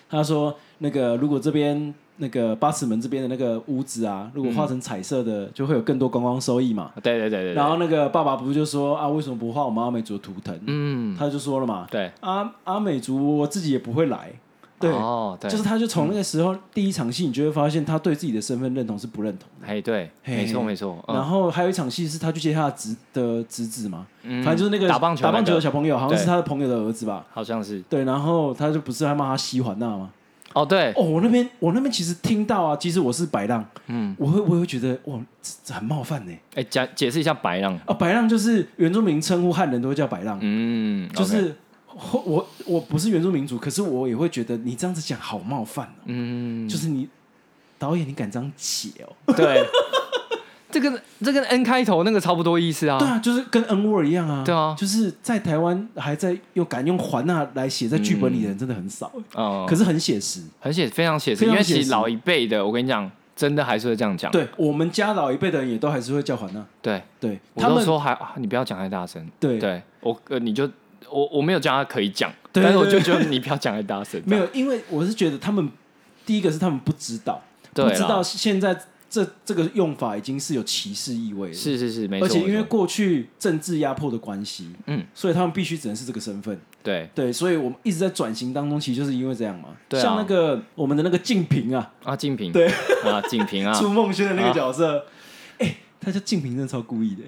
Speaker 2: 他说那个如果这边那个八尺门这边的那个屋子啊，如果
Speaker 1: 嗯
Speaker 2: 画成彩色的，就会有更多观光收益嘛。
Speaker 1: 对对对对，对
Speaker 2: 然后那个爸爸不是就说啊，为什么不画我们阿美族的图腾？
Speaker 1: 嗯，
Speaker 2: 他就说了嘛，
Speaker 1: 对，
Speaker 2: 阿阿美族我自己也不会来，对，
Speaker 1: 哦，对，
Speaker 2: 就是他就从那个时候、第一场戏，你就会发现他对自己的身份认同是不认同的。
Speaker 1: 哎，对，
Speaker 2: 嘿
Speaker 1: 没错没错，嗯
Speaker 2: 然后还有一场戏是他去接他的侄的侄子嘛，
Speaker 1: 嗯
Speaker 2: 反正就是那个
Speaker 1: 打棒球
Speaker 2: 打棒
Speaker 1: 那
Speaker 2: 球
Speaker 1: 个
Speaker 2: 的小朋友，好像是
Speaker 1: 对
Speaker 2: 他的朋友的儿子吧。
Speaker 1: 好像是，
Speaker 2: 对，然后他就不是还骂他西环娜吗？
Speaker 1: 哦，对，
Speaker 2: 哦，我那边我那边其实听到啊，其实我是白浪，
Speaker 1: 嗯，
Speaker 2: 我会我会觉得哇，这这很冒犯呢。
Speaker 1: 哎，讲解释一下白浪，
Speaker 2: 啊，白浪就是原住民称呼汉人都会叫白浪，
Speaker 1: 嗯，
Speaker 2: 就
Speaker 1: OK，
Speaker 2: 是我我我不是原住民族，可是我也会觉得你这样子讲好冒犯哦，
Speaker 1: 嗯，
Speaker 2: 就是你导演你敢这样写哦？
Speaker 1: 对，这跟这跟 N 开头那个差不多意思啊
Speaker 2: 对，啊，就是跟 N word 一样啊。
Speaker 1: 对啊
Speaker 2: 就是在台湾还在用敢用环啊来写在剧本里的人真的很少，
Speaker 1: 嗯，
Speaker 2: 可是很写实。
Speaker 1: 很写非常写实，
Speaker 2: 哦非
Speaker 1: 因
Speaker 2: 常
Speaker 1: 为其
Speaker 2: 写
Speaker 1: 实
Speaker 2: 实
Speaker 1: 老一辈的，我跟你讲，真的还是会这样讲，
Speaker 2: 对我们家老一辈的人也都还是会叫环啊，
Speaker 1: 对，
Speaker 2: 对
Speaker 1: 我
Speaker 2: 他
Speaker 1: 都
Speaker 2: 们
Speaker 1: 说还啊你不要讲太大声，
Speaker 2: 对
Speaker 1: 对我呃你就我我没有叫他可以讲，
Speaker 2: 对
Speaker 1: 但是我就
Speaker 2: 对
Speaker 1: 觉得你不要讲太大声，
Speaker 2: 没有，因为我是觉得他们第一个是他们不知道，
Speaker 1: 对
Speaker 2: 不
Speaker 1: 啦
Speaker 2: 知道现在这这个用法已经是有歧视意味了。
Speaker 1: 是是是没错，
Speaker 2: 而且因为
Speaker 1: 没错
Speaker 2: 过去政治压迫的关系，
Speaker 1: 嗯
Speaker 2: 所以他们必须只能是这个身份。
Speaker 1: 对
Speaker 2: 对，所以我们一直在转型当中，其实就是因为这样嘛。
Speaker 1: 对啊
Speaker 2: 像那个我们的那个静平啊，
Speaker 1: 啊静平
Speaker 2: 对
Speaker 1: 啊静平啊 啊
Speaker 2: 朱梦轩的那个角色，哎、他叫静平，真的超故意的。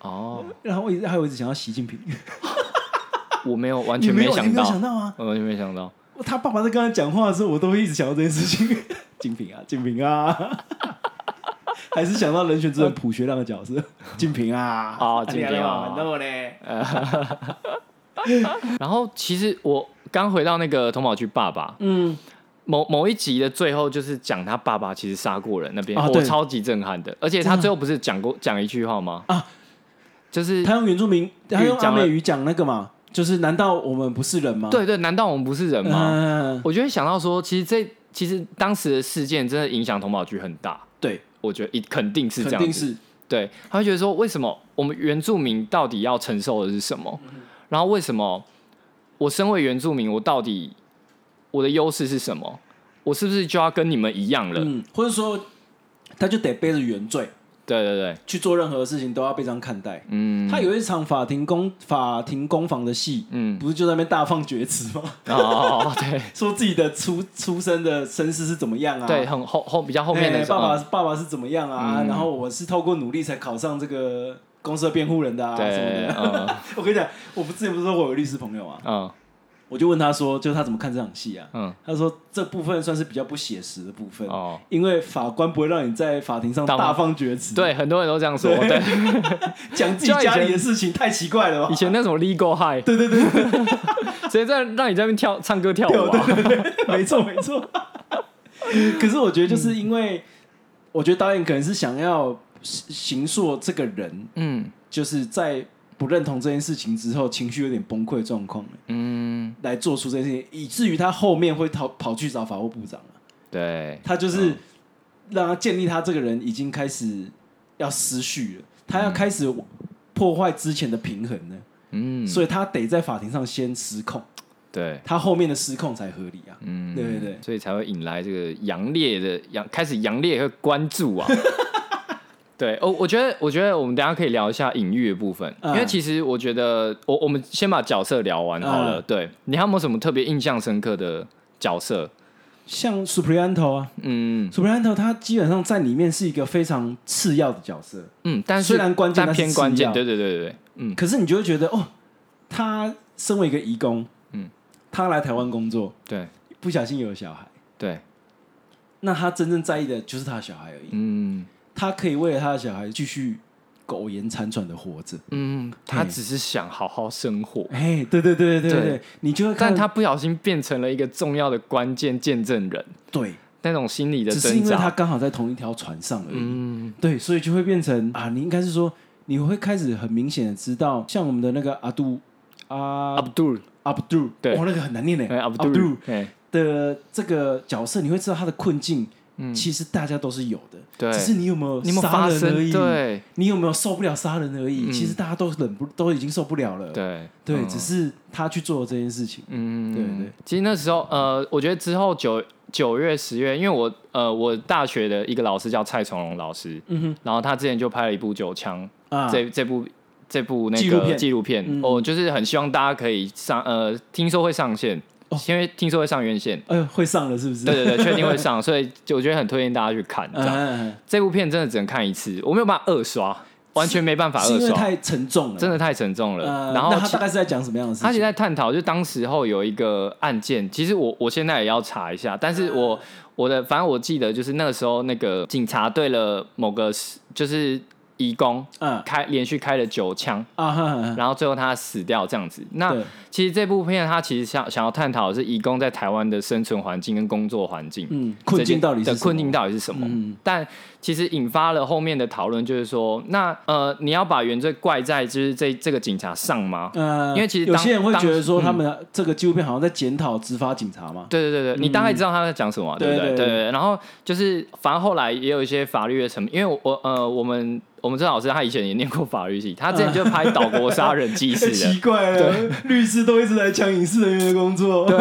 Speaker 1: 哦
Speaker 2: 然后我一直还有一直想要习近平，
Speaker 1: 我没有完
Speaker 2: 你
Speaker 1: 全
Speaker 2: 没有你
Speaker 1: 想
Speaker 2: 没有
Speaker 1: 到，
Speaker 2: 想到啊！
Speaker 1: 我完全没想到，
Speaker 2: 他爸爸在跟他讲话的时候，我都会一直想到这件事情。 静平啊，静平啊， 还是想到人选之人朴学亮的 角色，静平啊，
Speaker 1: 嗯哦静平啊
Speaker 2: 你还在玩弄嘞，
Speaker 1: 然后其实我刚回到那个童宝驹爸爸，
Speaker 2: 嗯，
Speaker 1: 某某一集的最后就是讲他爸爸其实杀过人那边，
Speaker 2: 啊
Speaker 1: 我
Speaker 2: 对
Speaker 1: 超级震撼的。而且
Speaker 2: 真
Speaker 1: 他
Speaker 2: 的
Speaker 1: 最后不是讲过讲一句话吗？
Speaker 2: 啊，
Speaker 1: 就是
Speaker 2: 他用原住民，他用阿
Speaker 1: 讲了
Speaker 2: 美语讲那个嘛，就是难道我们不是人吗？
Speaker 1: 对对，难道我们不是人吗？
Speaker 2: 嗯，
Speaker 1: 我就会想到说，其实这其实当时的事件真的影响童宝驹很大，
Speaker 2: 对，
Speaker 1: 我觉得一肯定是这
Speaker 2: 肯
Speaker 1: 样
Speaker 2: 定
Speaker 1: 子。
Speaker 2: 是
Speaker 1: 对，他会觉得说，为什么我们原住民到底要承受的是什么？然后为什么我身为原住民，我到底我的优势是什么？我是不是就要跟你们一样了？
Speaker 2: 嗯，或者说他就得背着原罪
Speaker 1: 对对对，
Speaker 2: 去做任何事情，都要被这样看待。
Speaker 1: 嗯，
Speaker 2: 他有一场法庭攻法庭攻防的戏，
Speaker 1: 嗯
Speaker 2: 不是就在那边大放厥词吗？
Speaker 1: 哦，对
Speaker 2: 说自己的出出生的身世是怎么样啊？
Speaker 1: 对，，很后后比较后面的
Speaker 2: 哎
Speaker 1: 时候
Speaker 2: 爸爸爸爸是怎么样啊？
Speaker 1: 嗯
Speaker 2: 然后我是透过努力才考上这个公社辩护人的啊，
Speaker 1: 对
Speaker 2: 什么的。
Speaker 1: 嗯
Speaker 2: 我跟你讲，我不之前不是说我有律师朋友啊，
Speaker 1: 嗯
Speaker 2: 我就问他说，就是他怎么看这场戏啊？
Speaker 1: 嗯
Speaker 2: 他说这部分算是比较不写实的部分，
Speaker 1: 哦，
Speaker 2: 因为法官不会让你在法庭上
Speaker 1: 大放
Speaker 2: 大放厥词，，
Speaker 1: 对，很多人都这样说。
Speaker 2: 对
Speaker 1: 对，
Speaker 2: 讲自己家里的事情太奇怪了吧
Speaker 1: 以？前那种 legal high，对对对，直接在让你在那边跳唱歌跳舞啊，
Speaker 2: 没错没错。 可是我觉得就是因
Speaker 1: 嗯
Speaker 2: 为，我觉得导演可能是想要形塑这个人，
Speaker 1: 嗯
Speaker 2: 就是在不认同这件事情之后，情绪有点崩溃的状况
Speaker 1: 嗯，
Speaker 2: 来做出这件事情，以至于他后面会逃跑去找法务部长啊
Speaker 1: 对，
Speaker 2: 他就是
Speaker 1: 嗯
Speaker 2: 让他建立他这个人已经开始要失序了，他要开始破坏之前的平衡呢，
Speaker 1: 嗯，
Speaker 2: 所以他得在法庭上先失控，
Speaker 1: 对，
Speaker 2: 他后面的失控才合理啊。
Speaker 1: 嗯，
Speaker 2: 对对对
Speaker 1: 所以才会引来这个杨烈的杨开始杨烈会关注 啊。对，哦，我觉得，我觉得我们等一下可以聊一下隐喻的部分，
Speaker 2: 嗯
Speaker 1: 因为其实我觉得，我我们先把角色聊完好了。
Speaker 2: 嗯
Speaker 1: 对你还有没有什么特别印象深刻的角色？
Speaker 2: 像 Suprianto 啊
Speaker 1: 嗯
Speaker 2: ，Suprianto 他基本上在里面是一个非常次要的角色，
Speaker 1: 嗯，但是
Speaker 2: 虽然关键
Speaker 1: 但
Speaker 2: 但是
Speaker 1: 偏关键，
Speaker 2: 次
Speaker 1: 对
Speaker 2: 要
Speaker 1: 对对对对，嗯
Speaker 2: 可是你就会觉得哦，他身为一个移工，
Speaker 1: 嗯
Speaker 2: 嗯，他来台湾工作，
Speaker 1: 对
Speaker 2: 不小心有了小孩，
Speaker 1: 对，
Speaker 2: 那他真正在意的就是他的小孩而已，
Speaker 1: 嗯
Speaker 2: 他可以为了他的小孩继续苟延残喘的活着。
Speaker 1: 嗯，他只是想好好生活，
Speaker 2: 哎，对对对对对
Speaker 1: 对
Speaker 2: 对，你就会看
Speaker 1: 但他不小心变成了一个重要的关键见证人，
Speaker 2: 对，
Speaker 1: 那种心理的
Speaker 2: 只是因
Speaker 1: 挣
Speaker 2: 为
Speaker 1: 扎。
Speaker 2: 他刚好在同一条船上而已。
Speaker 1: 嗯，
Speaker 2: 对，所以就会变成啊，你应该是说你会开始很明显的知道，像我们的那个阿杜阿
Speaker 1: Abdul，
Speaker 2: 阿布杜，哦
Speaker 1: 对
Speaker 2: 哇，那个很难念呢
Speaker 1: 哎，
Speaker 2: 阿杜
Speaker 1: ，Abdul，哎，
Speaker 2: 的这个角色，你会知道他的困境，
Speaker 1: 嗯
Speaker 2: 其实大家都是有的，
Speaker 1: 对
Speaker 2: 只是你有没有
Speaker 1: 你有没有
Speaker 2: 杀
Speaker 1: 发
Speaker 2: 人而
Speaker 1: 生？
Speaker 2: 已，
Speaker 1: 对
Speaker 2: 你有没有受不了杀人而已，
Speaker 1: 嗯
Speaker 2: 其实大家都忍不都已经受不了了，
Speaker 1: 对
Speaker 2: 对，
Speaker 1: 嗯
Speaker 2: 只是他去做这件事情，
Speaker 1: 嗯，
Speaker 2: 对对。
Speaker 1: 其实那时候，呃，我觉得之后九九月、十月，因为我呃，我大学的一个老师叫蔡崇龙老师，
Speaker 2: 嗯
Speaker 1: 然后他之前就拍了一部《九枪》
Speaker 2: 哼啊，
Speaker 1: 这这部这部那
Speaker 2: 纪录
Speaker 1: 个
Speaker 2: 片
Speaker 1: 纪录片，
Speaker 2: 嗯
Speaker 1: 哦，就是很希望大家可以上，呃，听说会上线，
Speaker 2: 哦
Speaker 1: 因为听说会上院 线，
Speaker 2: 哎呦，会上了是不是？
Speaker 1: 对对对，确定会上，所以就我觉得很推荐大家去看。这
Speaker 2: 嗯，
Speaker 1: 样，
Speaker 2: 嗯嗯
Speaker 1: 这部片真的只能看一次，我没有办法二刷，完全没办法
Speaker 2: 是
Speaker 1: 二
Speaker 2: 因为
Speaker 1: 刷，
Speaker 2: 太沉重了，
Speaker 1: 啊真的太沉重
Speaker 2: 呃
Speaker 1: 了。然后
Speaker 2: 那他
Speaker 1: 其
Speaker 2: 大概是在讲什么样的事情？
Speaker 1: 他其实在探讨，就当时候有一个案件，其实我我现在也要查一下，但是
Speaker 2: 嗯
Speaker 1: 我我的反正我记得就是那个时候那个警察对了某个就是义工
Speaker 2: 嗯
Speaker 1: 开连续开了九枪，
Speaker 2: 啊哈哈哈，
Speaker 1: 然后最后他死掉这样子。那
Speaker 2: 对
Speaker 1: 其实这部片它其实想想要探讨的是义工在台湾的生存环境跟工作环境，
Speaker 2: 嗯，困境到底是
Speaker 1: 的
Speaker 2: 什么
Speaker 1: 困境到底是什么？
Speaker 2: 嗯
Speaker 1: 但其实引发了后面的讨论，就是说，那呃，你要把原罪怪在就是这这个警察上吗？
Speaker 2: 呃，
Speaker 1: 因为其实
Speaker 2: 有
Speaker 1: 当
Speaker 2: 些人会觉得说，
Speaker 1: 当嗯
Speaker 2: 他们这个纪录片好像在检讨执法警察嘛，
Speaker 1: 对对对对，你大概知道他在讲什么啊、对不
Speaker 2: 嗯对
Speaker 1: 对？
Speaker 2: 对
Speaker 1: 对
Speaker 2: 对
Speaker 1: 对。然后就是，反正后来也有一些法律的层面，因为我我呃，我们我们郑老师他以前也念过法律系，他之前就拍岛国杀人纪事
Speaker 2: 太
Speaker 1: 的。
Speaker 2: 怪了，律师都一直来抢影视人员的工作，对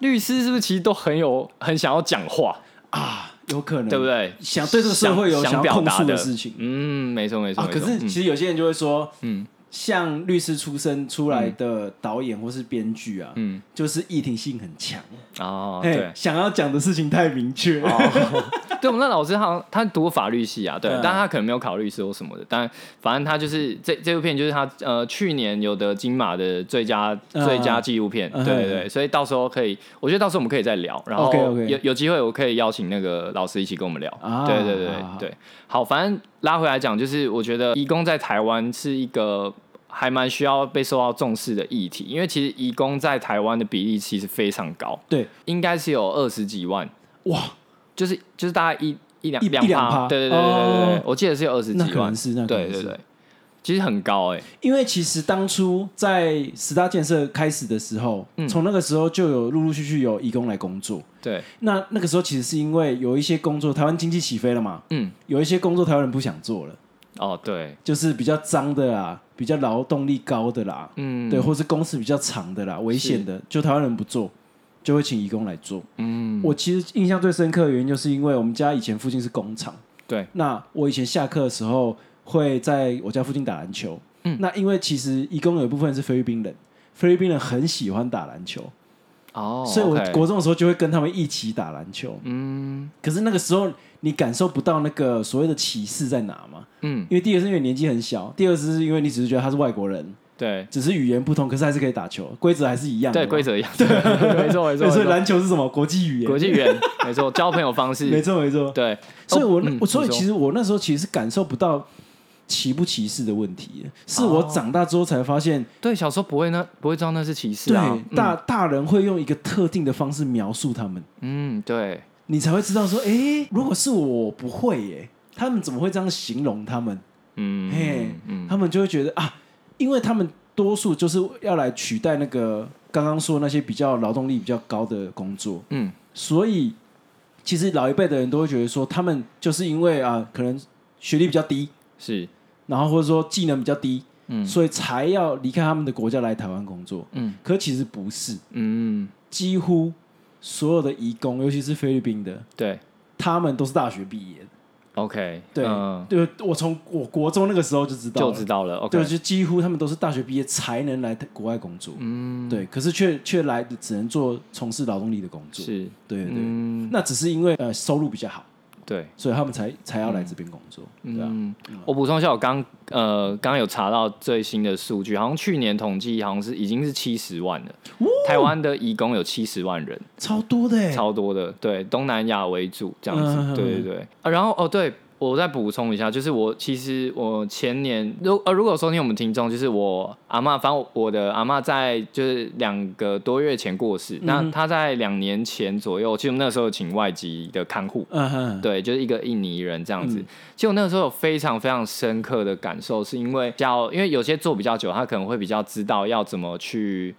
Speaker 1: 律师是不是其实都很有很想要讲话，
Speaker 2: 啊， 有可能
Speaker 1: 对不？对？
Speaker 2: 想对这个社会有
Speaker 1: 想
Speaker 2: 想要
Speaker 1: 表
Speaker 2: 控
Speaker 1: 达
Speaker 2: 诉
Speaker 1: 的
Speaker 2: 的事情
Speaker 1: 嗯，没错没错
Speaker 2: 啊，
Speaker 1: 没错。
Speaker 2: 可是
Speaker 1: 嗯
Speaker 2: 其实有些人就会说，
Speaker 1: 嗯
Speaker 2: 嗯。像律师出身出来的导演或是编剧啊，
Speaker 1: 嗯
Speaker 2: 就是议题性很强，
Speaker 1: 哦，
Speaker 2: 哎、
Speaker 1: 对。哦
Speaker 2: 想要讲的事情太明确，
Speaker 1: 对，我们那老师好像他读法律系啊，对，
Speaker 2: 嗯
Speaker 1: 但他可能没有考律师或什么的，但反正他就是这这部片就是他呃去年有的金马的最佳、
Speaker 2: 嗯
Speaker 1: 最佳纪录片，
Speaker 2: 嗯
Speaker 1: 对对对，所以到时候可以，我觉得到时候我们可以再聊，然后
Speaker 2: OK，OK
Speaker 1: 有有机会我可以邀请那个老师一起跟我们聊，
Speaker 2: 啊
Speaker 1: 对对对
Speaker 2: 好好好
Speaker 1: 对，好，反正拉回来讲，就是我觉得义工在台湾是一个。还蛮需要被受到重视的议题，因为其实义工在台湾的比例其实非常高，
Speaker 2: 对，
Speaker 1: 应该是有二十几万，
Speaker 2: 哇，
Speaker 1: 就是就是大概一一两
Speaker 2: 一一两
Speaker 1: 趴，
Speaker 2: 趴
Speaker 1: 对对对对对对，
Speaker 2: 哦
Speaker 1: 我记得是有二十
Speaker 2: 那
Speaker 1: 几
Speaker 2: 可
Speaker 1: 万
Speaker 2: 能，是那可能
Speaker 1: 对
Speaker 2: 是
Speaker 1: 对对，其实很高哎、
Speaker 2: 因为其实当初在十大建设开始的时候，
Speaker 1: 嗯
Speaker 2: 从、那个时候就有陆陆续续有义工来工作。
Speaker 1: 对，
Speaker 2: 那那个时候其实是因为有一些工作，台湾经济起飞了嘛，
Speaker 1: 嗯，
Speaker 2: 有一些工作台湾人不想做了，
Speaker 1: 哦对，
Speaker 2: 就是比较脏的啦，比较劳动力高的啦，
Speaker 1: 嗯，
Speaker 2: 对，，或是工时比较长的啦，危险的，就台湾人不做，就会请义工来做。
Speaker 1: 嗯，
Speaker 2: 我其实印象最深刻的原因，就是因为我们家以前附近是工厂。
Speaker 1: 对，
Speaker 2: 那我以前下课的时候会在我家附近打篮球。
Speaker 1: 嗯
Speaker 2: 那因为其实义工有一部分是菲律宾人，菲律宾人很喜欢打篮球，
Speaker 1: 哦，
Speaker 2: 所以我
Speaker 1: OK
Speaker 2: 国中的时候就会跟他们一起打篮球。
Speaker 1: 嗯
Speaker 2: 可是那个时候你感受不到那个所谓的歧视在哪嘛？
Speaker 1: 嗯
Speaker 2: 因为第一个是因为年纪很小，第二是因为你只是觉得他是外国人，
Speaker 1: 对
Speaker 2: 只是语言不同，可是还是可以打球，规则还是一样的
Speaker 1: 对
Speaker 2: 嘛。
Speaker 1: 规则一样，对， 没错没错
Speaker 2: 对， 所以
Speaker 1: 没错，
Speaker 2: 篮球是什么国际语言？
Speaker 1: 国际语言没错，交朋友方
Speaker 2: 没
Speaker 1: 式
Speaker 2: 错没错。
Speaker 1: 对，
Speaker 2: 所以我那、
Speaker 1: 嗯
Speaker 2: 我所以
Speaker 1: 你说
Speaker 2: 其实我那时候其实是感受不到歧不歧视的问题，是我
Speaker 1: 哦
Speaker 2: 长大之后才发现，
Speaker 1: 对小时候不会那不会知道那是歧视
Speaker 2: 对、
Speaker 1: 啊，嗯
Speaker 2: 大大人会用一个特定的方式描述他们，
Speaker 1: 嗯对
Speaker 2: 你才会知道说，诶，如果是我我不会耶，他们怎么会这样形容他们？
Speaker 1: 嗯
Speaker 2: 嘿
Speaker 1: 嗯嗯
Speaker 2: 他们就会觉得啊，因为他们多数就是要来取代那个刚刚说那些比较劳动力比较高的工作，
Speaker 1: 嗯
Speaker 2: 所以其实老一辈的人都会觉得说，他们就是因为啊，可能学历比较低。
Speaker 1: 是
Speaker 2: 然后或者说技能比较低，
Speaker 1: 嗯
Speaker 2: 所以才要离开他们的国家来台湾工作。
Speaker 1: 嗯
Speaker 2: 可其实不是，
Speaker 1: 嗯
Speaker 2: 几乎所有的移工，尤其是菲律宾的，
Speaker 1: 对
Speaker 2: 他们都是大学毕业的。
Speaker 1: OK
Speaker 2: 对，
Speaker 1: 嗯
Speaker 2: 对，我从我国中那个时候就知道
Speaker 1: 就
Speaker 2: 了，
Speaker 1: 知道了 OK
Speaker 2: 对，就几乎他们都是大学毕业才能来国外工作。
Speaker 1: 嗯
Speaker 2: 对，可是却却来只能做从事劳动力的工作。
Speaker 1: 是
Speaker 2: 对对对，
Speaker 1: 嗯
Speaker 2: 那只是因为呃收入比较好，
Speaker 1: 对。
Speaker 2: 所以他们才才要来这边工作。对啊，
Speaker 1: 嗯，我补充一下，我刚呃刚有查到最新的数据，好像去年统计好像是已经是七十万了。台湾的移工有七十万人，
Speaker 2: 超多的耶，欸
Speaker 1: 超多的，对，东南亚为主这样子，
Speaker 2: 哎嗯
Speaker 1: 对对对。啊然后哦对，我再补充一下，就是我其实我前年，如呃如果说听我们听众，就是我阿嬷，反正我我的阿嬷在就是两个多月前过世，
Speaker 2: 嗯
Speaker 1: 那她在两年前左右，其实我们那时候请外籍的看护，
Speaker 2: 嗯哼，
Speaker 1: 对，就是一个印尼人这样子。其实我那个时候有非常非常深刻的感受，是因为叫因为有些做比较久，他可能会比较知道要怎么去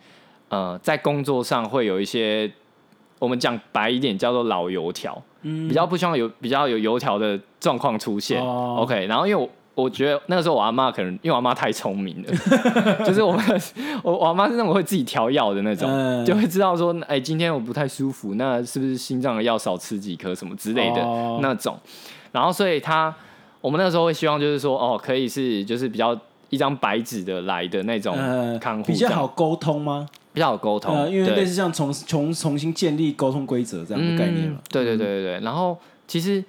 Speaker 1: 呃，在工作上会有一些我们讲白一点叫做老油条，
Speaker 2: 嗯
Speaker 1: 比较不希望有比较有油条的状况出现。
Speaker 2: 哦
Speaker 1: OK，然后因为我。我觉得那个时候我阿妈可能因为我阿妈太聪明了， 就是我们我我阿妈是那种会自己调药的那种，
Speaker 2: 嗯
Speaker 1: 就会知道说，哎、今天我不太舒服，那是不是心脏的药少吃几颗什么之类的、
Speaker 2: 哦
Speaker 1: 那种。然后所以他，我们那时候会希望就是说，哦，可以是就是比较一张白纸的来的那种
Speaker 2: 呃
Speaker 1: 看护、
Speaker 2: 比较
Speaker 1: 这样
Speaker 2: 好，沟通吗？
Speaker 1: 比较好沟通、
Speaker 2: 呃，因为
Speaker 1: 对
Speaker 2: 类似像重重重新建立沟通规则这样的概念嘛
Speaker 1: 嗯。对对对对对。然后其实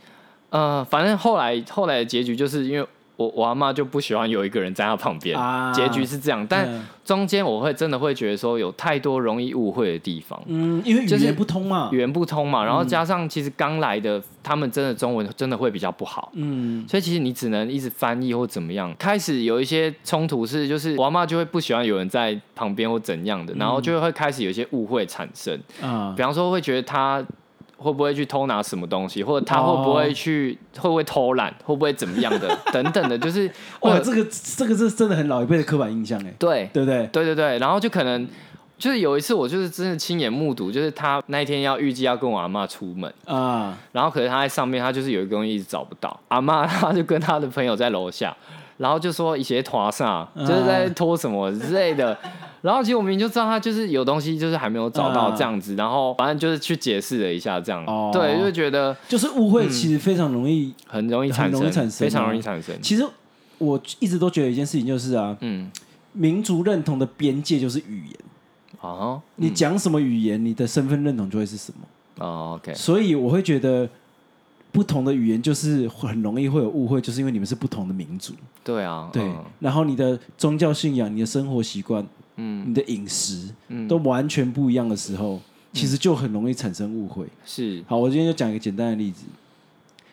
Speaker 1: 呃，反正后来后来的结局就是因为我我阿妈就不喜欢有一个人在她旁边、
Speaker 2: 啊
Speaker 1: 结局是这样。但
Speaker 2: 嗯
Speaker 1: 中间我会真的会觉得说有太多容易误会的地方。
Speaker 2: 嗯，因为语
Speaker 1: 就是
Speaker 2: 言不通嘛
Speaker 1: 语。言不通嘛，然后加上其实刚来的，他们真的中文真的会比较不好，
Speaker 2: 嗯，
Speaker 1: 所以其实你只能一直翻译或怎么样。开始有一些冲突是，就是我阿妈就会不喜欢有人在旁边或怎样的，然后就会开始有一些误会产生。
Speaker 2: 啊
Speaker 1: 比，方说会觉得他会不会去偷拿什么东西，或者他会不会去、会不会偷懒，会不会怎么样的等等的，就是
Speaker 2: 哇，
Speaker 1: 会
Speaker 2: 哦这个这个是真的很老一辈的刻板印象哎，
Speaker 1: 对
Speaker 2: 对不对？
Speaker 1: 对对对，然后就可能。就是有一次，我就是真的亲眼目睹，就是他那一天要预计要跟我阿嬷出门，
Speaker 2: 啊，
Speaker 1: 然后可是他在上面，他就是有一个东西一直找不到。阿妈 他就跟他的朋友在楼下，然后就说一些拖上，
Speaker 2: 嗯
Speaker 1: 就是在拖什么之类 的。然后其实我明明就知道他就是有东西，就是还没有找到
Speaker 2: 嗯
Speaker 1: 这样子。然后反正就是去解释了一下这样，
Speaker 2: 哦
Speaker 1: 对，就觉得
Speaker 2: 就是误会其实非常容易。
Speaker 1: 很容易
Speaker 2: 很
Speaker 1: 产
Speaker 2: 容易
Speaker 1: 生，
Speaker 2: 产生
Speaker 1: 非常
Speaker 2: 啊
Speaker 1: 容易产生。
Speaker 2: 其实我一直都觉得一件事情就是啊，
Speaker 1: 嗯，
Speaker 2: 民族认同的边界就是语言，
Speaker 1: 哦，
Speaker 2: 你讲什么语言，你的身份认同就会是什么。
Speaker 1: 哦，OK，
Speaker 2: 所以我会觉得。不同的语言就是很容易会有误会，就是因为你们是不同的民族，
Speaker 1: 对啊，
Speaker 2: 对。
Speaker 1: 嗯
Speaker 2: 然后你的宗教信仰、你的生活习惯、
Speaker 1: 嗯，
Speaker 2: 你的饮食，都完全不一样的时候，其实就很容易产生误会。
Speaker 1: 是，
Speaker 2: 好，我今天就讲一个简单的例子。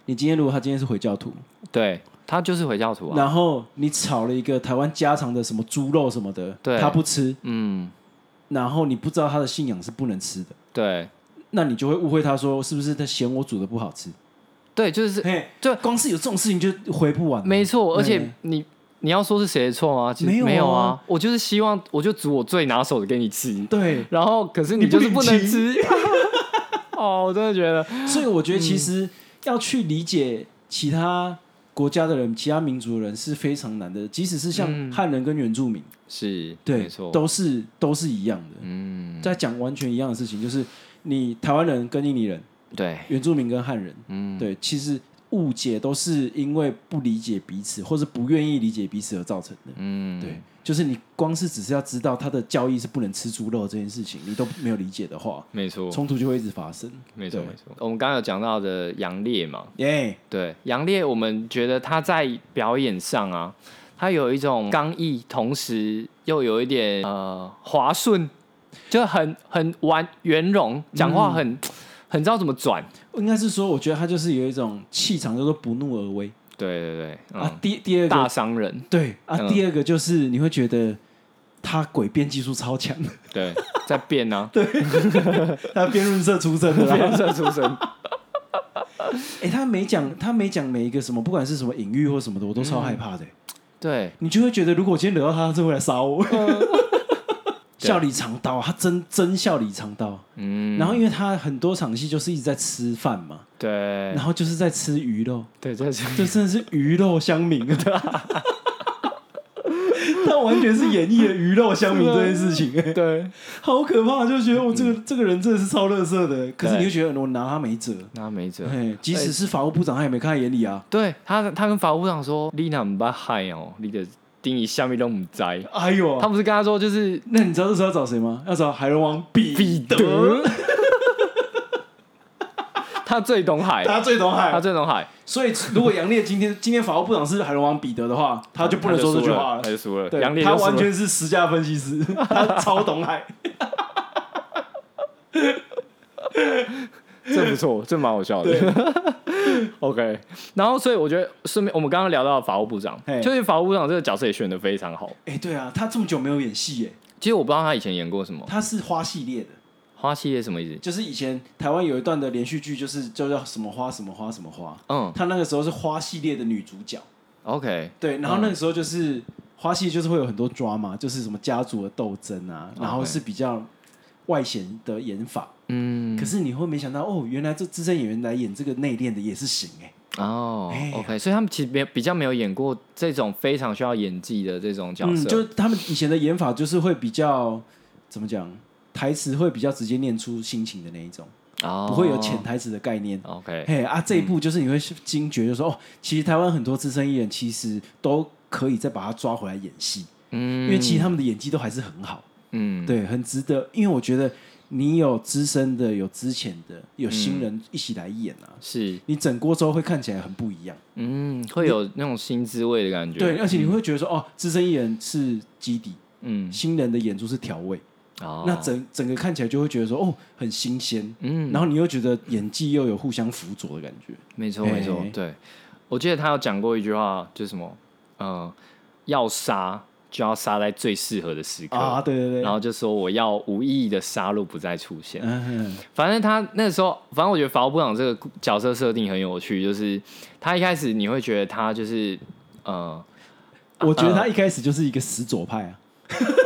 Speaker 2: 你今天如果他今天是回教徒，
Speaker 1: 对，他就是回教徒啊，
Speaker 2: 然后你炒了一个台湾家常的什么猪肉什么的，
Speaker 1: 对
Speaker 2: 他不吃，
Speaker 1: 嗯，
Speaker 2: 然后你不知道他的信仰是不能吃的，
Speaker 1: 对，
Speaker 2: 那你就会误会他说是不是他嫌我煮的不好吃？
Speaker 1: 对，就是
Speaker 2: 嘿，
Speaker 1: 对
Speaker 2: 光是有这种事情就回不完了。
Speaker 1: 没错，而且
Speaker 2: 嗯
Speaker 1: 你你要说是谁的错吗？其实
Speaker 2: 没有啊
Speaker 1: 没有啊，我就是希望我就煮我最拿手的给你吃，
Speaker 2: 对，
Speaker 1: 然后可是你
Speaker 2: 你不
Speaker 1: 就是不能
Speaker 2: 领情
Speaker 1: 吃。 哦，我真的觉得，
Speaker 2: 所以我觉得
Speaker 1: 嗯
Speaker 2: 其实要去理解其他国家的人、其他民族的人是非常难的，即使是像汉人跟原住民，
Speaker 1: 是嗯
Speaker 2: 对，
Speaker 1: 没错，
Speaker 2: 都是都是一样的，
Speaker 1: 嗯，
Speaker 2: 在讲完全一样的事情，就是你台湾人跟印尼人、
Speaker 1: 对，
Speaker 2: 原住民跟汉人，
Speaker 1: 嗯，
Speaker 2: 对，其实误解都是因为不理解彼此，或是不愿意理解彼此而造成的。
Speaker 1: 嗯，
Speaker 2: 对，就是你光是只是要知道他的教义是不能吃猪肉这件事情，你都没有理解的话，
Speaker 1: 没错，
Speaker 2: 冲突就会一直发生。
Speaker 1: 没错，
Speaker 2: 对
Speaker 1: 没错。我们刚刚有讲到的杨烈嘛，
Speaker 2: 耶、
Speaker 1: 对，杨烈，我们觉得他在表演上啊，他有一种刚毅，同时又有一点呃滑顺，就很很完圆融，讲
Speaker 2: 嗯
Speaker 1: 话很、很知道怎么转。
Speaker 2: 应该是说，我觉得他就是有一种气场，叫做不怒而威、
Speaker 1: 对对对，嗯，
Speaker 2: 啊。第第二
Speaker 1: 大
Speaker 2: 个，
Speaker 1: 商人，
Speaker 2: 对啊，
Speaker 1: 嗯
Speaker 2: 第二个就是你会觉得他诡辩技术超强，
Speaker 1: 对，在变啊，对，
Speaker 2: 他辩论社出身 的啦。
Speaker 1: 变色出身，
Speaker 2: 哎、他每讲他每讲每一个什么，不管是什么隐喻或什么的，我都超害怕的、
Speaker 1: 嗯对，
Speaker 2: 你就会觉得，如果我今天惹到他，他是会来杀我。
Speaker 1: 嗯
Speaker 2: 笑里藏刀，他真真笑里藏刀。
Speaker 1: 嗯，
Speaker 2: 然后，因为他很多场戏就是一直在吃饭嘛，
Speaker 1: 对
Speaker 2: 然，后就是在吃鱼肉，
Speaker 1: 对，这 是
Speaker 2: 这真的是鱼肉乡民的。 他完全是演绎了鱼肉乡民这件事情、哎
Speaker 1: 对，
Speaker 2: 好可怕！就觉得哦我这个、这个人真的是超乐色的，可是你就觉得我拿他没辙。
Speaker 1: 那没辙。
Speaker 2: 哎，即使是法务部长，他也没看在眼里啊。
Speaker 1: 对他，他跟法务部长说：“你哪唔捌害哦，你的丁一下面都唔知。”
Speaker 2: 哎呦，
Speaker 1: 他不是跟他说，就是
Speaker 2: 那你知道这时候要找谁吗？要找海龙王彼
Speaker 1: 彼得， 他最懂 海，
Speaker 2: 他最懂
Speaker 1: 他
Speaker 2: 海。
Speaker 1: 最懂海，
Speaker 2: 所以如果杨烈今天今天法务部长是海龙王彼得的 话，他就不能说这句话
Speaker 1: 他就输了。
Speaker 2: 对，
Speaker 1: 杨烈
Speaker 2: 他
Speaker 1: 就输了
Speaker 2: 完全是十佳分析师， 他超懂海。
Speaker 1: 这不错，这蛮好笑的。OK，然后所以我觉得顺便我们刚刚聊到法务部长
Speaker 2: 嘿，
Speaker 1: 就是法务部长这个角色也选的非常好。
Speaker 2: 哎、对啊，他这么久没有演戏耶，
Speaker 1: 其实我不知道他以前演过什么
Speaker 2: 他是花系列的，
Speaker 1: 花系列什么意思？
Speaker 2: 就是以前台湾有一段的连续剧，就是就叫什么花什么花什么花，
Speaker 1: 嗯
Speaker 2: 他那个时候是花系列的女主角，
Speaker 1: ，OK，
Speaker 2: 对，然后那个时候就是、花系就是会有很多抓嘛，就是什么家族的斗争啊，
Speaker 1: 哦
Speaker 2: 然后是比较外显的演法，
Speaker 1: 嗯
Speaker 2: 可，是你会没想到哦，原来这资深演员来演这个内敛的也是行哎、
Speaker 1: 哦
Speaker 2: 哎呀
Speaker 1: ，OK，所以他们其实没有比较没有演过这种非常需要演技的这种角
Speaker 2: 嗯，
Speaker 1: 色，
Speaker 2: 就他们以前的演法就是会比较怎么讲，台词会比较直接念出心情的那一种，
Speaker 1: 哦
Speaker 2: 不会有潜台词的概念。
Speaker 1: OK，
Speaker 2: 嘿啊，这一
Speaker 1: 嗯
Speaker 2: 步就是你会惊觉，就说哦，其实台湾很多资深艺人其实都可以再把他抓回来演戏，
Speaker 1: 嗯，
Speaker 2: 因为其实他们的演技都还是很好，
Speaker 1: 嗯，
Speaker 2: 对，很值得。因为我觉得你有资深的，有之前的，有
Speaker 1: 嗯
Speaker 2: 新人一起来演啊，
Speaker 1: 是，
Speaker 2: 你整锅粥会看起来很不一样。
Speaker 1: 嗯，会有那种新滋味的感觉，
Speaker 2: 对，，而且你会觉得说哦，资深艺人是基底，
Speaker 1: 嗯，
Speaker 2: 新人的演出是调味，
Speaker 1: 哦，
Speaker 2: 那整整个看起来就会觉得说哦，很新鲜。
Speaker 1: 嗯，
Speaker 2: 然后你又觉得演技又有互相辅佐的感觉，
Speaker 1: 没错
Speaker 2: 哎
Speaker 1: 没错，对，我记得他有讲过一句话，就是什么，呃，要杀就要杀在最适合的时刻，
Speaker 2: 啊，对对对，
Speaker 1: 然后就说我要无意义的杀戮不再出现，
Speaker 2: 嗯，
Speaker 1: 反正他那时候，反正我觉得法务部长这个角色设定很有趣，就是他一开始你会觉得他就是 呃
Speaker 2: 我觉得他一开始就是一个死左派啊，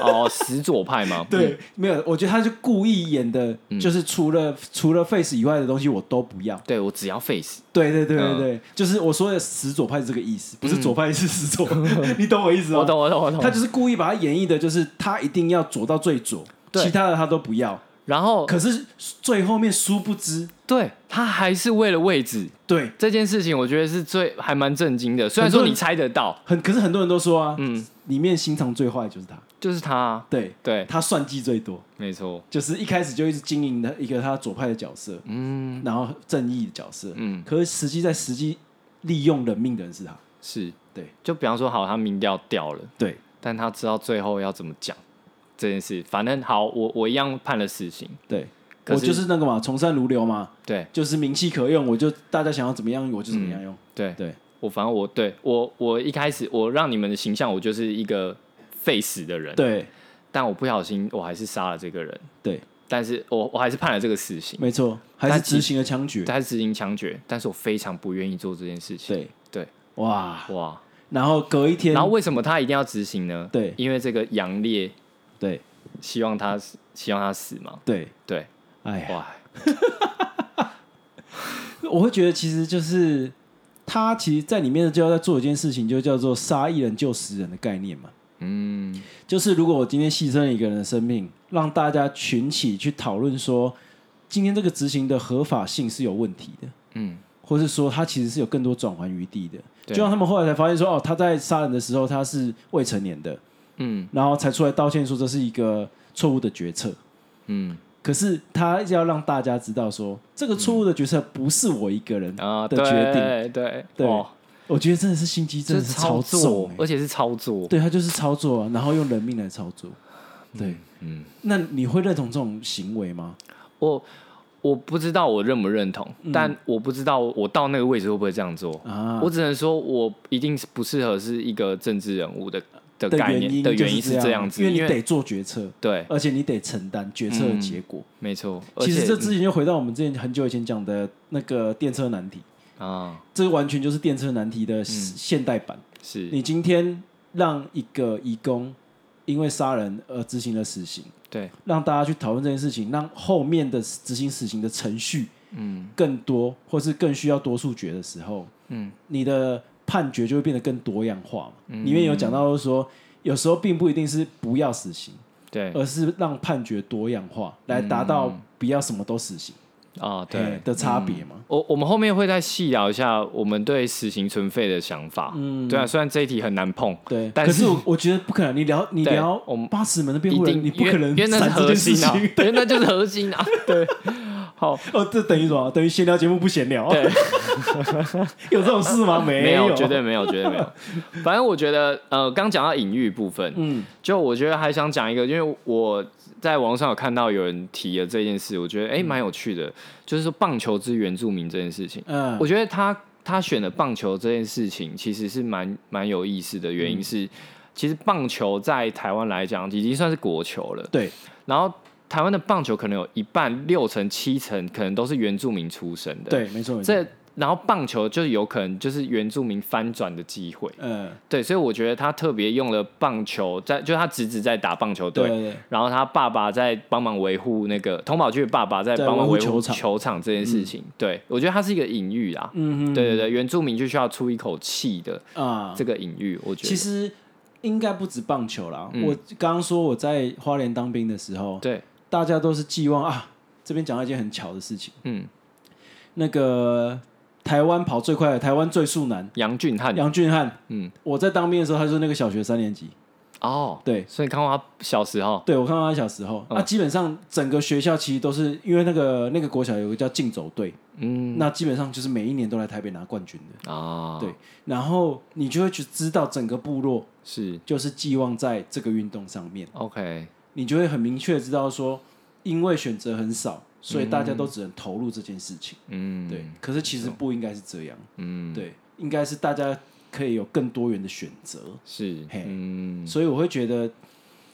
Speaker 1: 哦死左派嘛，嗯
Speaker 2: 对，没有，我觉得他就故意演的，就是除了除了 face 以外的东西我都不要。
Speaker 1: 对我只要 face，
Speaker 2: 对对对对
Speaker 1: 嗯
Speaker 2: 对，就是我说的死左派是这个意思，不是左派是死 左， 你懂我意思吗？
Speaker 1: 我懂。我懂我懂
Speaker 2: 他。就是故意把它演绎的，就是他一定要左到最左，
Speaker 1: 对
Speaker 2: 其他的他都不要。
Speaker 1: 然后
Speaker 2: 可是最后面殊不知，
Speaker 1: 对他还是为了位置
Speaker 2: 对，
Speaker 1: 这件事情，我觉得是最还蛮震惊的。虽然说
Speaker 2: 很多人
Speaker 1: 你猜得到，
Speaker 2: 很可是很多人都说啊，
Speaker 1: 嗯
Speaker 2: 里面心肠最坏就是他，
Speaker 1: 就是他，啊
Speaker 2: 对
Speaker 1: 对，
Speaker 2: 他算计最多，
Speaker 1: 没错，
Speaker 2: 就是一开始就一直经营的一个他左派的角色，嗯，然后正义的角色，
Speaker 1: 嗯，
Speaker 2: 可是实际在实际利用人命的人是他，
Speaker 1: 是
Speaker 2: 对
Speaker 1: 就比方说，好，他民调掉了，
Speaker 2: 对，
Speaker 1: 但他知道最后要怎么讲这件事。反正好，我我一样判了死刑，
Speaker 2: 对
Speaker 1: 可
Speaker 2: 我
Speaker 1: 是
Speaker 2: 就是那个嘛，从善如流嘛，
Speaker 1: 对
Speaker 2: 就是名气可用，我就大家想要怎么样我就怎么样用，
Speaker 1: 对。
Speaker 2: 对
Speaker 1: 我反正我对我我一开始我让你们的形象我就是一个 face 的人，
Speaker 2: 对
Speaker 1: 但我不小心我还是杀了这个人，
Speaker 2: 对，
Speaker 1: 但是我我还是判了这个死刑，
Speaker 2: 没错，还
Speaker 1: 但
Speaker 2: 是
Speaker 1: 其实
Speaker 2: 执行了枪决，
Speaker 1: 他是执行枪决，但是我非常不愿意做这件事情。
Speaker 2: 对
Speaker 1: 对
Speaker 2: 哇，
Speaker 1: 哇，
Speaker 2: 然后隔一天，
Speaker 1: 然后为什么他一定要执行呢？
Speaker 2: 对
Speaker 1: 因为这个杨烈
Speaker 2: 对
Speaker 1: 希望他死希望他死嘛，
Speaker 2: 对，
Speaker 1: 对，
Speaker 2: 哎呀，
Speaker 1: 哇，
Speaker 2: 我会觉得其实就是他其实在里面就要在做一件事情，就叫做杀一人救十人的概念嘛。
Speaker 1: 嗯，
Speaker 2: 就是如果我今天牺牲了一个人的生命，让大家群起去讨论说，今天这个执行的合法性是有问题的，
Speaker 1: 嗯，
Speaker 2: 或是说他其实是有更多转圜余地的。
Speaker 1: 对
Speaker 2: 就像他们后来才发现说，哦，他在杀人的时候他是未成年的，
Speaker 1: 嗯
Speaker 2: 然后才出来道歉说这是一个错误的决策。
Speaker 1: 嗯
Speaker 2: 可是他要让大家知道说，这个错误的决策不是我一个人
Speaker 1: 啊，
Speaker 2: 的
Speaker 1: 对
Speaker 2: 决定。
Speaker 1: 对
Speaker 2: 对
Speaker 1: 哇
Speaker 2: 我觉得真的是心机，真
Speaker 1: 这
Speaker 2: 的
Speaker 1: 是
Speaker 2: 是
Speaker 1: 操
Speaker 2: 超重、
Speaker 1: 作，
Speaker 2: 欸
Speaker 1: 而且是操作，
Speaker 2: 对他就是操作啊，然后用人命来操作。对，
Speaker 1: 嗯，
Speaker 2: 那你会认同这种行为吗？
Speaker 1: 我我不知道我认不认同，但我不知道我到那个位置会不会这样做。
Speaker 2: 嗯啊，
Speaker 1: 我只能说，我一定是不适合是一个政治人物的的
Speaker 2: 的
Speaker 1: 概
Speaker 2: 原
Speaker 1: 念
Speaker 2: 因
Speaker 1: 的
Speaker 2: 就
Speaker 1: 原因
Speaker 2: 是啊
Speaker 1: 这样子，
Speaker 2: 因
Speaker 1: 因
Speaker 2: 为你得做决策，
Speaker 1: 对，
Speaker 2: 而且你得承担决策的结果。
Speaker 1: 没错。
Speaker 2: 其实
Speaker 1: 而且
Speaker 2: 这之前就回到我们之前很久以前讲的那个电车难题，
Speaker 1: 啊
Speaker 2: 这完全就是电车难
Speaker 1: 嗯
Speaker 2: 题的现代版。
Speaker 1: 是
Speaker 2: 你今天让一个义工因为杀人而执行了死刑，
Speaker 1: 对，
Speaker 2: 让大家去讨论这件事情，让后面的执行死刑的程序
Speaker 1: 嗯
Speaker 2: 更多，或是更需要多数决的时候，
Speaker 1: 嗯
Speaker 2: 你的判决就会变得更多样化嘛。里面有讲到说，有时候并不一定是不要死刑，
Speaker 1: 对
Speaker 2: 而是让判决多样化，来达到不要什么都死刑
Speaker 1: 啊
Speaker 2: 呃嘿
Speaker 1: 对。嗯
Speaker 2: 的差别嘛。
Speaker 1: 我我们后面会再细聊一下我们对死刑存废的想法。嗯，对啊，虽然这一题很难碰，
Speaker 2: 对，
Speaker 1: 但
Speaker 2: 可
Speaker 1: 是
Speaker 2: 是我我觉得不可能，你聊你
Speaker 1: 对
Speaker 2: 聊
Speaker 1: 我们
Speaker 2: 八尺门的辩
Speaker 1: 一
Speaker 2: 护
Speaker 1: 定
Speaker 2: 人，你不
Speaker 1: 因为
Speaker 2: 可能
Speaker 1: 因为那是
Speaker 2: 闪这
Speaker 1: 核
Speaker 2: 件事
Speaker 1: 心啊
Speaker 2: 情，
Speaker 1: 因 为那就是核心啊。对，好，
Speaker 2: 哦，这等于什么？等于闲聊节目不闲聊，
Speaker 1: 对，
Speaker 2: 有这种事吗？
Speaker 1: 没
Speaker 2: 有，
Speaker 1: 绝对没有，绝对没 有。反正我觉得，呃，刚讲到隐喻部分，
Speaker 2: 嗯
Speaker 1: 就我觉得还想讲一个，因为我在网上有看到有人提了这件事，我觉得
Speaker 2: 嗯
Speaker 1: 哎蛮、有趣的，就是说棒球之原住民这件事情，
Speaker 2: 嗯，
Speaker 1: 我觉得他他选的棒球这件事情其实是蛮蛮有意思的，
Speaker 2: 嗯
Speaker 1: 原因是、其实棒球在台湾来讲已经算是国球了，
Speaker 2: 对，
Speaker 1: 然后台湾的棒球可能有一半六成七成可能都是原住民出身的，
Speaker 2: 对，没错，没错，
Speaker 1: 这然后棒球就是有可能就是原住民翻转的机会，
Speaker 2: 嗯，
Speaker 1: 对，所以我觉得他特别用了棒球在，就是他侄子在打棒球
Speaker 2: 对
Speaker 1: 队，
Speaker 2: 对对，
Speaker 1: 然后他爸爸在帮忙维护那个童宝驹的爸爸在
Speaker 2: 在
Speaker 1: 帮忙
Speaker 2: 维护
Speaker 1: 维
Speaker 2: 球
Speaker 1: 护
Speaker 2: 场
Speaker 1: 球场这件事情，对我觉得它是一个隐喻啦，
Speaker 2: 嗯哼
Speaker 1: 对对对，原住民就需要出一口气的
Speaker 2: 啊，
Speaker 1: 这个隐喻，我觉得
Speaker 2: 其实应该不止棒球啦。
Speaker 1: 嗯
Speaker 2: 我刚刚说我在花莲当兵的时候，
Speaker 1: 对，
Speaker 2: 大家都是寄望啊，这边讲到一件很巧的事情，
Speaker 1: 嗯，
Speaker 2: 那个台湾跑最快的台湾最速男
Speaker 1: 杨俊汉，
Speaker 2: 杨俊翰，
Speaker 1: 嗯，
Speaker 2: 我在当兵的时候，他就是那个小学三年级，
Speaker 1: 哦，
Speaker 2: 对。
Speaker 1: 所以看过他小时候，
Speaker 2: 对，我看到他小时候，那、
Speaker 1: 嗯
Speaker 2: 基本上整个学校其实都是因为那个那个国小有个叫竞走队，
Speaker 1: 嗯，
Speaker 2: 那基本上就是每一年都来台北拿冠军的。
Speaker 1: 啊，
Speaker 2: 对，然后你就会去知道整个部落
Speaker 1: 是
Speaker 2: 就是寄望在这个运动上面，
Speaker 1: OK，
Speaker 2: 你就会很明确知道说，因为选择很少，所以大家都只能投入这件事情。
Speaker 1: 嗯，
Speaker 2: 对，，可是其实不应该是这样，
Speaker 1: 嗯，
Speaker 2: 对，应该是大家可以有更多元的选择。
Speaker 1: 是，
Speaker 2: 嘿
Speaker 1: 嗯，
Speaker 2: 所以我会觉得，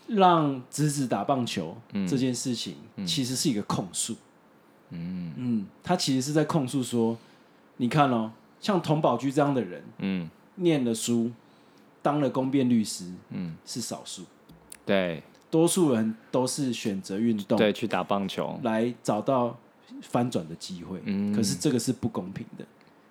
Speaker 2: 让侄子打棒球
Speaker 1: 嗯
Speaker 2: 这件事情，其实是一个控诉。嗯他其实是在控诉说，你看哦，像童宝驹这样的人，
Speaker 1: 嗯，
Speaker 2: 念了书，当了公辩律师，嗯，是少数，
Speaker 1: 对，
Speaker 2: 多数人都是选择运动
Speaker 1: 对，去打棒球，
Speaker 2: 来找到翻转的机会。
Speaker 1: 嗯
Speaker 2: 可是这个是不公平的。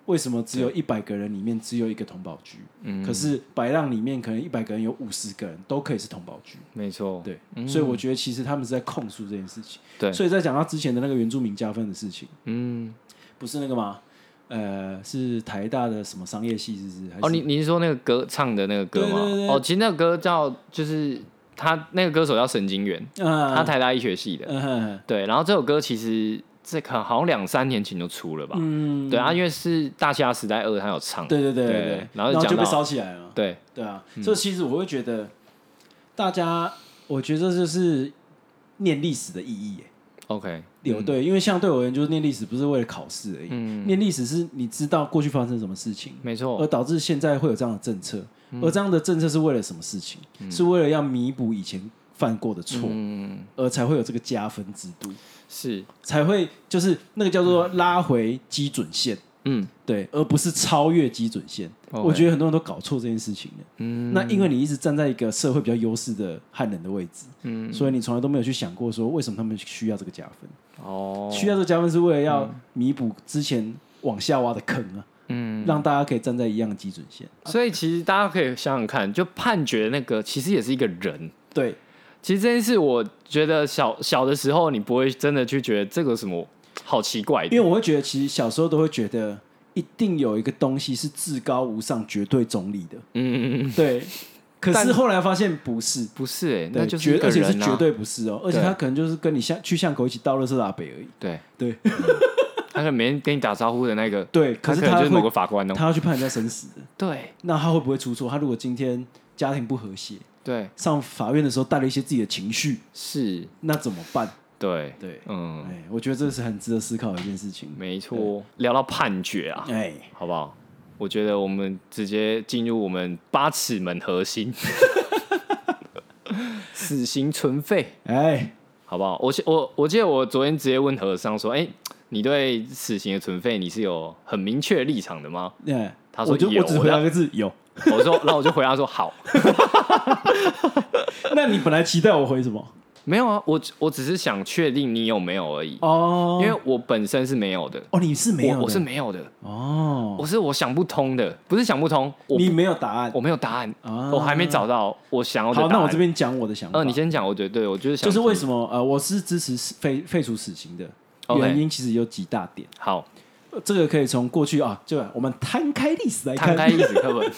Speaker 2: 为什么只有一百个人里面只有一个童宝驹？
Speaker 1: 嗯
Speaker 2: 可是白浪里面可能一百个人有五十个人都可以是童宝驹。
Speaker 1: 没错，
Speaker 2: 对，
Speaker 1: 嗯
Speaker 2: 所以我觉得其实他们是在控诉这件事情。
Speaker 1: 对
Speaker 2: 所以在讲到之前的那个原住民加分的事情，
Speaker 1: 嗯，
Speaker 2: 不是那个吗？呃，是台大的什么商业系，是不是？还是
Speaker 1: 哦，你你是说那个歌唱的那个歌吗
Speaker 2: 对对对？
Speaker 1: 哦，其实那个歌叫就是他那个歌手叫神经元，
Speaker 2: 啊，
Speaker 1: 他台大医学系的，
Speaker 2: 嗯哼
Speaker 1: 对，然后这首歌其实这可好像两三年前就出了吧，
Speaker 2: 嗯，
Speaker 1: 对啊，因为是《大虾时代二》，他有唱，
Speaker 2: 对对对
Speaker 1: 对
Speaker 2: 对，
Speaker 1: 然
Speaker 2: 然
Speaker 1: 后
Speaker 2: 后
Speaker 1: 讲
Speaker 2: 就被
Speaker 1: 到嗯
Speaker 2: 烧起来了嘛。
Speaker 1: 对，
Speaker 2: 对啊，所以其实我会觉得，大家，我觉得这就是念历史的意义耶。
Speaker 1: OK，
Speaker 2: 有对，因为像对我而言，就是念历史不是为了考试而已，
Speaker 1: 嗯，
Speaker 2: 念历史是你知道过去发生什么事情，
Speaker 1: 没
Speaker 2: 而
Speaker 1: 错，
Speaker 2: 导致现在会有这样的政策，
Speaker 1: 嗯
Speaker 2: 而这样的政策是为了什么事情？是为了要弥补以前犯过的错，
Speaker 1: 嗯，
Speaker 2: 而才会有这个加分制度，
Speaker 1: 是，
Speaker 2: 才会就是那个叫做拉回基准线。
Speaker 1: 嗯
Speaker 2: 对，而不是超越基准线。
Speaker 1: OK
Speaker 2: 我觉得很多人都搞错这件事情了。
Speaker 1: 嗯
Speaker 2: 那因为你一直站在一个社会比较优势的汉人的位置，
Speaker 1: 嗯，
Speaker 2: 所以你从来都没有去想过说为什么他们需要这个加分，
Speaker 1: 哦，
Speaker 2: 需要这个加分是为了要弥补之前往下挖的坑啊，
Speaker 1: 嗯，
Speaker 2: 让大家可以站在一样的基准线。
Speaker 1: 所以其实大家可以想想看，就判决那个其实也是一个人，
Speaker 2: 对，
Speaker 1: 其实这件事，我觉得小小的时候，你不会真的去觉得这个什么好奇怪
Speaker 2: 因为
Speaker 1: 的，
Speaker 2: 我会觉得其实小时候都会觉得一定有一个东西是至高无上、绝对中立的，
Speaker 1: 嗯嗯嗯，
Speaker 2: 对。可是
Speaker 1: 但
Speaker 2: 后来发现不是。
Speaker 1: 不是哎、
Speaker 2: 对
Speaker 1: 那就是
Speaker 2: 绝
Speaker 1: 一个
Speaker 2: 而且是
Speaker 1: 人、啊、
Speaker 2: 绝对不是哦，而且
Speaker 1: 对
Speaker 2: 他可能就是跟你巷去巷口一起倒垃圾的阿北而已。
Speaker 1: 对
Speaker 2: 对
Speaker 1: 嗯他可能没人跟你打招呼的那个，
Speaker 2: 对，
Speaker 1: 他
Speaker 2: 可是
Speaker 1: 能
Speaker 2: 他
Speaker 1: 就是某
Speaker 2: 会
Speaker 1: 个法官哦、
Speaker 2: 他要去判人家生死的，
Speaker 1: 对
Speaker 2: 那他会不会出错？他如果今天家庭不和谐，
Speaker 1: 对
Speaker 2: 上法院的时候带了一些自己的情绪，
Speaker 1: 是，
Speaker 2: 那怎么办？
Speaker 1: 对，
Speaker 2: 对，
Speaker 1: 嗯，
Speaker 2: 哎，我觉得这是很值得思考的一件事情。
Speaker 1: 没错。聊到判决啊，
Speaker 2: 哎，
Speaker 1: 好不好？我觉得我们直接进入我们八尺门核 心，死刑存废。
Speaker 2: 哎，
Speaker 1: 好不好？我记我我记得我昨天直接问和尚说：“哎、你对死刑的存废你是有很明确的立场的吗
Speaker 2: 哎，
Speaker 1: 他说
Speaker 2: 我就
Speaker 1: 有啊
Speaker 2: 我只回答
Speaker 1: 我
Speaker 2: 一个字有。？”
Speaker 1: 我说，然后我就回答说：“好，
Speaker 2: 那你本来期待我回什么？
Speaker 1: 没有啊，我我只是想确定你有没有而已，
Speaker 2: 哦，
Speaker 1: 因为我本身是没有的，
Speaker 2: 哦你是没有的，
Speaker 1: 我我是没有的，
Speaker 2: 哦，
Speaker 1: 我是我想不通的，不是想不通，我
Speaker 2: 你没有答案
Speaker 1: 我。没有答案，
Speaker 2: 啊
Speaker 1: 我还没找到我想要的答
Speaker 2: 好，
Speaker 1: 案。
Speaker 2: 那我这边讲我的想法。
Speaker 1: 呃，你先讲，我觉得对我就是想
Speaker 2: 就是为
Speaker 1: 么
Speaker 2: 什么呃，我是支持死废废除死刑的
Speaker 1: OK
Speaker 2: 原因，其实有几大点。
Speaker 1: 好
Speaker 2: 呃这个可以从过去啊，就我们摊开历史来
Speaker 1: 摊
Speaker 2: 看。
Speaker 1: 开历史课本，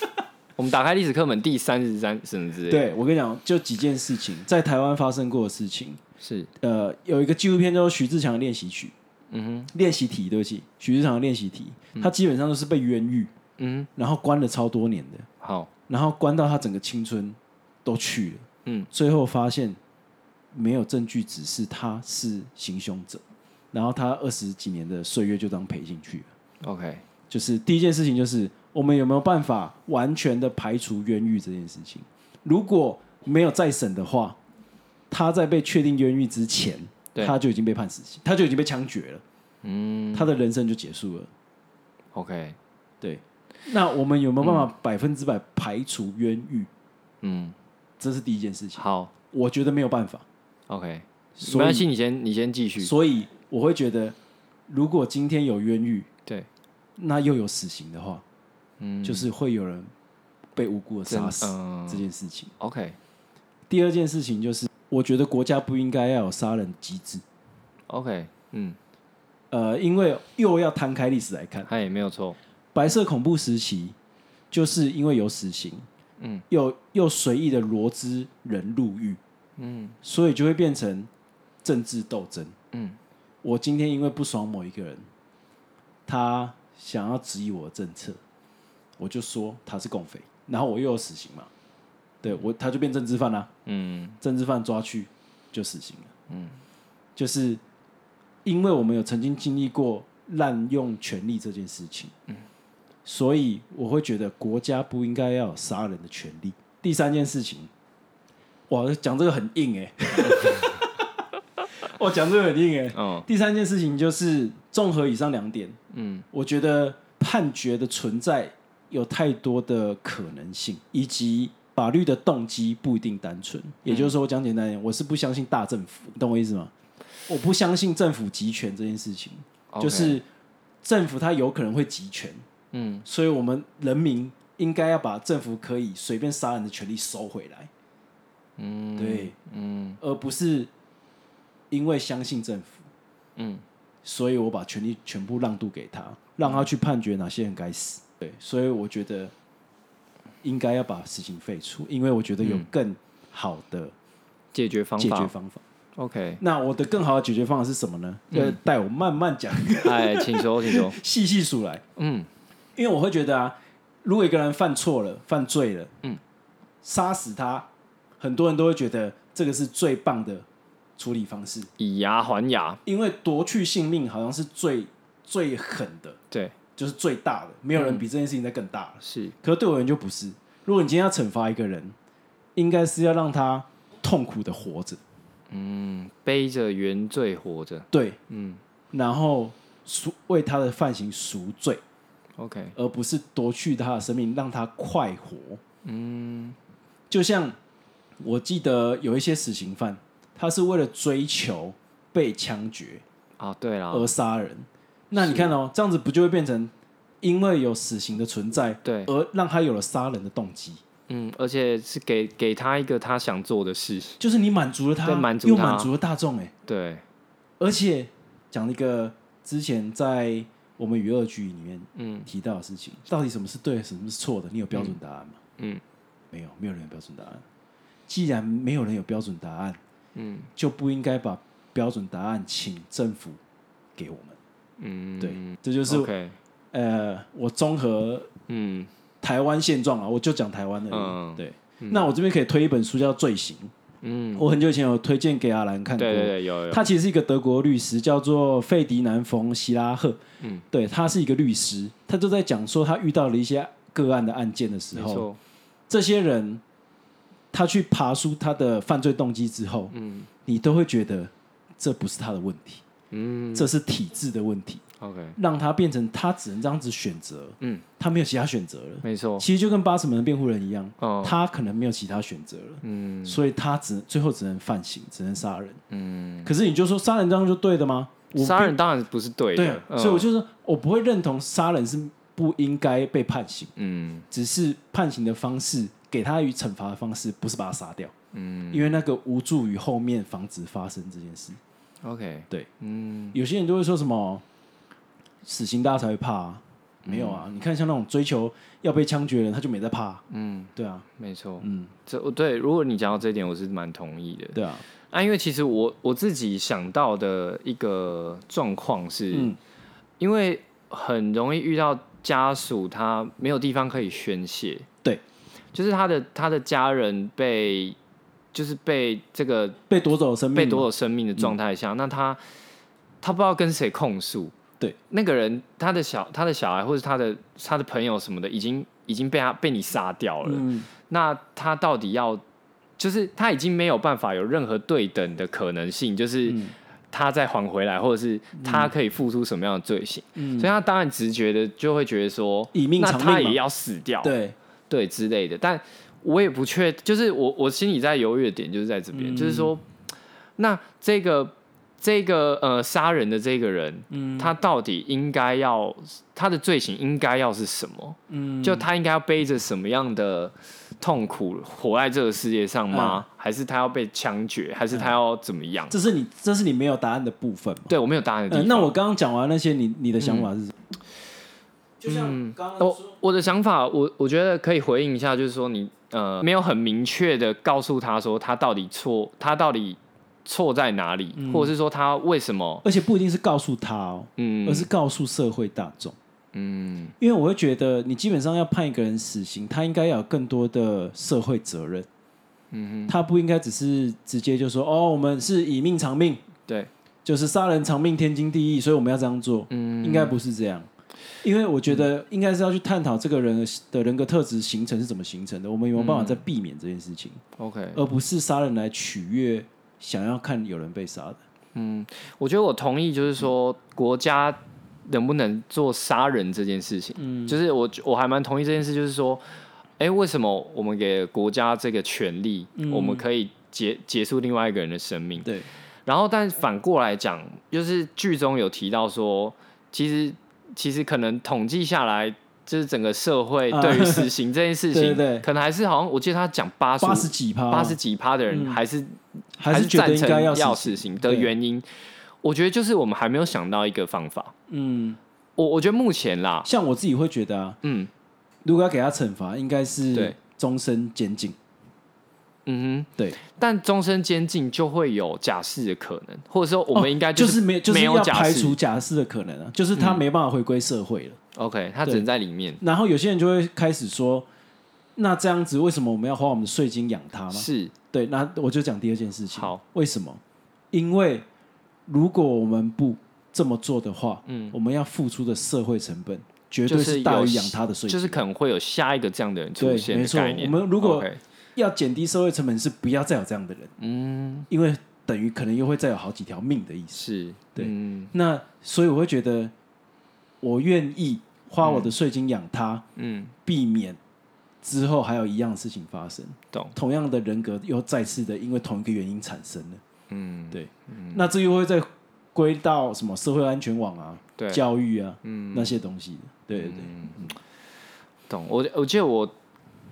Speaker 1: 我们打开历史课本第三十三什么之类的，
Speaker 2: 对，我跟你讲，就几件事情在台湾发生过的事情。
Speaker 1: 是
Speaker 2: 呃，有一个纪录片叫做《徐志强的练习曲》，
Speaker 1: 嗯哼，
Speaker 2: 练习题，对不起，许志强的练习题，他基本上都是被冤狱，
Speaker 1: 嗯
Speaker 2: 然后关了超多年的，
Speaker 1: 哼，好，
Speaker 2: 然后关到他整个青春都去了，
Speaker 1: 嗯，
Speaker 2: 最后发现没有证据指示他是行凶者，然后他二十几年的岁月就这样赔进去了。
Speaker 1: OK，
Speaker 2: 就是第一件事情就是我们有没有办法完全的排除冤狱这件事情？如果没有再审的话，他在被确定冤狱之前，
Speaker 1: 对
Speaker 2: 他就已经被判死刑，他就已经被枪决了，
Speaker 1: 嗯
Speaker 2: 他的人生就结束了。
Speaker 1: ，OK，
Speaker 2: 对，那我们有没有办法百分之百排除冤狱？
Speaker 1: 嗯，
Speaker 2: 这是第一件事情，
Speaker 1: 好
Speaker 2: 我觉得没有办法，
Speaker 1: ，OK，没
Speaker 2: 所
Speaker 1: 关
Speaker 2: 以
Speaker 1: 系，你先你先继续，
Speaker 2: 所以我会觉得，如果今天有冤狱，
Speaker 1: 对，
Speaker 2: 那又有死刑的话，
Speaker 1: 嗯，
Speaker 2: 就是会有人被无辜的杀死
Speaker 1: 嗯
Speaker 2: 这件事情。
Speaker 1: OK
Speaker 2: 第二件事情就是，我觉得国家不应该要有杀人机制，
Speaker 1: OK，嗯，
Speaker 2: 呃，因为又要摊开历史来看，
Speaker 1: 他也没有错，
Speaker 2: 白色恐怖时期就是因为有死刑，
Speaker 1: 嗯，
Speaker 2: 又又随意的罗织人入狱，
Speaker 1: 嗯
Speaker 2: 所以就会变成政治斗争。
Speaker 1: 嗯
Speaker 2: 我今天因为不爽某一个人，他想要质疑我的政策，我就说他是共匪，然后我又有死刑嘛，对我他就变政治犯啦、
Speaker 1: 嗯
Speaker 2: 政治犯抓去就死刑了。
Speaker 1: 嗯，
Speaker 2: 就是因为我们有曾经经历过滥用权力这件事情，
Speaker 1: 嗯
Speaker 2: 所以我会觉得国家不应该要有杀人的权利。第三件事情，哇，讲这个很硬哎、 我讲这个很硬哎、
Speaker 1: 哦
Speaker 2: 第三件事情就是综合以上两点，
Speaker 1: 嗯
Speaker 2: 我觉得判决的存在有太多的可能性，以及法律的动机不一定单纯。也就是说，我讲简单一点，我是不相信大政府，你懂我意思吗？我不相信政府集权这件事情
Speaker 1: OK
Speaker 2: 就是政府它有可能会集权，
Speaker 1: 嗯
Speaker 2: 所以我们人民应该要把政府可以随便杀人的权利收回来，
Speaker 1: 嗯，
Speaker 2: 对，
Speaker 1: 嗯
Speaker 2: 而不是因为相信政府，
Speaker 1: 嗯
Speaker 2: 所以我把权力全部让渡给他，让他去判决哪些人该死。对，所以我觉得应该要把事情废除，因为我觉得有更好的
Speaker 1: 解决嗯方
Speaker 2: 解决
Speaker 1: 法嗯
Speaker 2: 方法。
Speaker 1: OK，
Speaker 2: 那我的更好的解决方法是什么呢？要带我慢 慢讲，
Speaker 1: 哎，请说，请说，
Speaker 2: 细细数来。
Speaker 1: 嗯
Speaker 2: 因为我会觉得啊，如果一个人犯错了、犯罪了，
Speaker 1: 嗯，
Speaker 2: 杀死他，很多人都会觉得这个是最棒的处理方式，
Speaker 1: 以牙还牙，
Speaker 2: 因为夺去性命好像是最最狠的。
Speaker 1: 对，
Speaker 2: 就是最大的，没有人比这件事情再更大了。
Speaker 1: 是
Speaker 2: 啊可是对我而言就不是，如果你今天要惩罚一个人，应该是要让他痛苦的活着，
Speaker 1: 嗯背着原罪活着，
Speaker 2: 对，
Speaker 1: 嗯
Speaker 2: 然后赎为他的犯行赎罪，
Speaker 1: OK，
Speaker 2: 而不是夺去他的生命，让他快活。
Speaker 1: 嗯
Speaker 2: 就像我记得有一些死刑犯，他是为了追求被枪决
Speaker 1: 啊，对啦，
Speaker 2: 而杀人。那你看哦，这样子不就会变成因为有死刑的存在，
Speaker 1: 对，
Speaker 2: 而让他有了杀人的动机？
Speaker 1: 嗯，而且是给给他一个他想做的事，
Speaker 2: 就是你满足了他，
Speaker 1: 对满足
Speaker 2: 又
Speaker 1: 他
Speaker 2: 满足了大众哎、
Speaker 1: 对，
Speaker 2: 而且讲一个之前在我们娱乐剧里面
Speaker 1: 嗯
Speaker 2: 提到的事情，到底什么是对，什么是错的？你有标准答案吗？
Speaker 1: 嗯
Speaker 2: 没有，没有人有标准答案。既然没有人有标准答案，
Speaker 1: 嗯
Speaker 2: 就不应该把标准答案请政府给我们。
Speaker 1: 嗯，
Speaker 2: 对，这就是
Speaker 1: OK，
Speaker 2: 呃，我综合
Speaker 1: 嗯
Speaker 2: 台湾现状啊，我就讲台湾的。
Speaker 1: 嗯
Speaker 2: 对，那我这边可以推一本书叫《罪行》，
Speaker 1: 嗯，
Speaker 2: 我很久以前有推荐给阿兰看过。
Speaker 1: 对对对，有有，
Speaker 2: 他其实是一个德国律师，叫做费迪南·冯·希拉赫。
Speaker 1: 嗯，
Speaker 2: 对他是一个律师，他就在讲说他遇到了一些个案的案件的时
Speaker 1: 没
Speaker 2: 候，
Speaker 1: 错，
Speaker 2: 这些人他去爬出他的犯罪动机之后，
Speaker 1: 嗯
Speaker 2: 你都会觉得这不是他的问题，
Speaker 1: 嗯
Speaker 2: 这是体制的问题，
Speaker 1: ，OK，
Speaker 2: 让他变成他只能这样子选择，
Speaker 1: 嗯，
Speaker 2: 他没有其他选择了。
Speaker 1: 没错，
Speaker 2: 其实就跟八尺门的辩护人一样，
Speaker 1: 哦，
Speaker 2: 他可能没有其他选择了，
Speaker 1: 嗯
Speaker 2: 所以他只最后只能犯刑，只能杀人。
Speaker 1: 嗯，
Speaker 2: 可是你就说杀人这样就对的吗？我
Speaker 1: 杀人当然不是对
Speaker 2: 对
Speaker 1: 的
Speaker 2: 啊，，
Speaker 1: 嗯
Speaker 2: 所以我就说，我不会认同杀人是不应该被判刑，
Speaker 1: 嗯
Speaker 2: 只是判刑的方式给他与惩罚的方式，不是把他杀掉，
Speaker 1: 嗯
Speaker 2: 因为那个无助于后面防止发生这件事。
Speaker 1: ，OK，
Speaker 2: 对，
Speaker 1: 嗯
Speaker 2: 有些人就会说什么死刑大家才会怕、啊，没有
Speaker 1: 嗯
Speaker 2: 啊，你看像那种追求要被枪决的人，他就没在怕。嗯，对啊，
Speaker 1: 没错，
Speaker 2: 嗯，
Speaker 1: 这哦对，如果你讲到这一点，我是蛮同意的。
Speaker 2: 对啊，
Speaker 1: 啊，因为其实我我自己想到的一个状况是，
Speaker 2: 嗯
Speaker 1: 因为很容易遇到家属他没有地方可以宣泄，
Speaker 2: 对，
Speaker 1: 就是他的他的家人被就是被这个
Speaker 2: 被夺走生命，嗯
Speaker 1: 被夺走生命的状态下，那他他不知道跟谁控诉，
Speaker 2: 对，
Speaker 1: 那个人他的小他的小孩或者他的他的朋友什么的，已经已经被他被你杀掉了，
Speaker 2: 嗯，
Speaker 1: 那他到底要，就是他已经没有办法有任何对等的可能性，就是
Speaker 2: 嗯
Speaker 1: 他再还回来，或者是他可以付出什么样的罪行，所以他当然直觉的就会觉得说，
Speaker 2: 以嗯命
Speaker 1: 那
Speaker 2: 偿
Speaker 1: 他
Speaker 2: 命嘛
Speaker 1: 也要死掉，
Speaker 2: 对，
Speaker 1: 对之类的。但我也不确，就是我我心里在犹豫的点就是在这边，
Speaker 2: 嗯
Speaker 1: 就是说，那这个这个呃杀人的这个人，
Speaker 2: 嗯
Speaker 1: 他到底应该要他的罪行应该要是什么？
Speaker 2: 嗯，
Speaker 1: 就他应该要背着什么样的痛苦活在这个世界上吗？还是他要被枪决？还是他要怎么样？
Speaker 2: 嗯这是你这是你没有答案的部分嘛？
Speaker 1: 对我没有答案的地嗯
Speaker 2: 呃
Speaker 1: 方。
Speaker 2: 那我刚刚讲完那些，你你的想法是什么？嗯就像刚
Speaker 1: 我我的想法，我我觉得可以回应一下，就是说你呃没有很明确的告诉他说他到底错，他到底错在哪里，
Speaker 2: 嗯
Speaker 1: 或者是说他为什么
Speaker 2: 而且不一定是告诉他哦，
Speaker 1: 嗯
Speaker 2: 而是告诉社会大众。
Speaker 1: 嗯
Speaker 2: 因为我会觉得，你基本上要判一个人死刑，他应该要有更多的社会责任。嗯他不应该只是直接就说哦，我们是以命偿命，
Speaker 1: 对
Speaker 2: 就是杀人偿命，天经地义，所以我们要这样做。
Speaker 1: 嗯
Speaker 2: 应该不是这样，因为我觉得应该是要去探讨这个人的的人格特质形成是怎么形成的，我们有没有办法在避免这件事情，
Speaker 1: OK，
Speaker 2: 而不是杀人来取悦想要看有人被杀的。
Speaker 1: 我觉得我同意，就是说国家能不能做杀人这件事情，嗯，就是我我还蛮同意这件事，就是说，哎、为什么我们给国家这个权利，
Speaker 2: 嗯
Speaker 1: 我们可以结结束另外一个人的生命？
Speaker 2: 对，
Speaker 1: 然后，但反过来讲，就是剧中有提到说，其实其实可能统计下来，就是整个社会
Speaker 2: 啊
Speaker 1: 对于死刑这件事情，
Speaker 2: 对对对
Speaker 1: 可能还是好像我记得他讲八十
Speaker 2: 八十几趴，
Speaker 1: 八十几趴的人
Speaker 2: 嗯
Speaker 1: 还是、
Speaker 2: 还是
Speaker 1: 是
Speaker 2: 觉得
Speaker 1: 赞
Speaker 2: 应
Speaker 1: 成
Speaker 2: 该
Speaker 1: 要
Speaker 2: 死
Speaker 1: 死
Speaker 2: 刑
Speaker 1: 刑的原因。我觉得就是我们还没有想到一个方法。
Speaker 2: 嗯，
Speaker 1: 我我觉得目前啦，
Speaker 2: 啊像我自己会觉得啊，
Speaker 1: 嗯
Speaker 2: 如果要给他惩罚，应该是
Speaker 1: 对
Speaker 2: 终身监禁。
Speaker 1: 嗯
Speaker 2: 对，
Speaker 1: 哼，但终身监禁就会有假释的可能，或者说我们应该
Speaker 2: 就是没就是
Speaker 1: 哎没有
Speaker 2: 要
Speaker 1: 假
Speaker 2: 排
Speaker 1: 释嗯
Speaker 2: 除假释的可能啊，就是他没办法回归社会了。
Speaker 1: OK，他只能在里面。
Speaker 2: 然后有些人就会开始说，那这样子为什么我们要花我们的税金养他吗？
Speaker 1: 是，
Speaker 2: 对，那我就讲第二件事情。
Speaker 1: 好，
Speaker 2: 为什么？因为如果我们不这么做的话，
Speaker 1: 嗯，
Speaker 2: 我们要付出的社会成本绝
Speaker 1: 就
Speaker 2: 对
Speaker 1: 是
Speaker 2: 大
Speaker 1: 有
Speaker 2: 于养他的税金。
Speaker 1: 就是可能会有下一个这样的人出
Speaker 2: 对
Speaker 1: 现
Speaker 2: 没
Speaker 1: 的
Speaker 2: 错
Speaker 1: 概念。
Speaker 2: 我们如果
Speaker 1: OK
Speaker 2: 要减低社会成本，是不要再有这样的人，
Speaker 1: 嗯
Speaker 2: 因为等于可能又会再有好几条命的意思。
Speaker 1: 是，
Speaker 2: 对
Speaker 1: 嗯
Speaker 2: 那所以我会觉得，我愿意花我的税金养他，
Speaker 1: 嗯
Speaker 2: 避免之后还有一样的事情发生。
Speaker 1: 懂，
Speaker 2: 同样的人格又再次的因为同一个原因产生了。
Speaker 1: 嗯
Speaker 2: 对，那这又会再归到什么社会安全网啊、
Speaker 1: 对嗯
Speaker 2: 教育啊、那些东西。对对对，
Speaker 1: 懂。我我记得我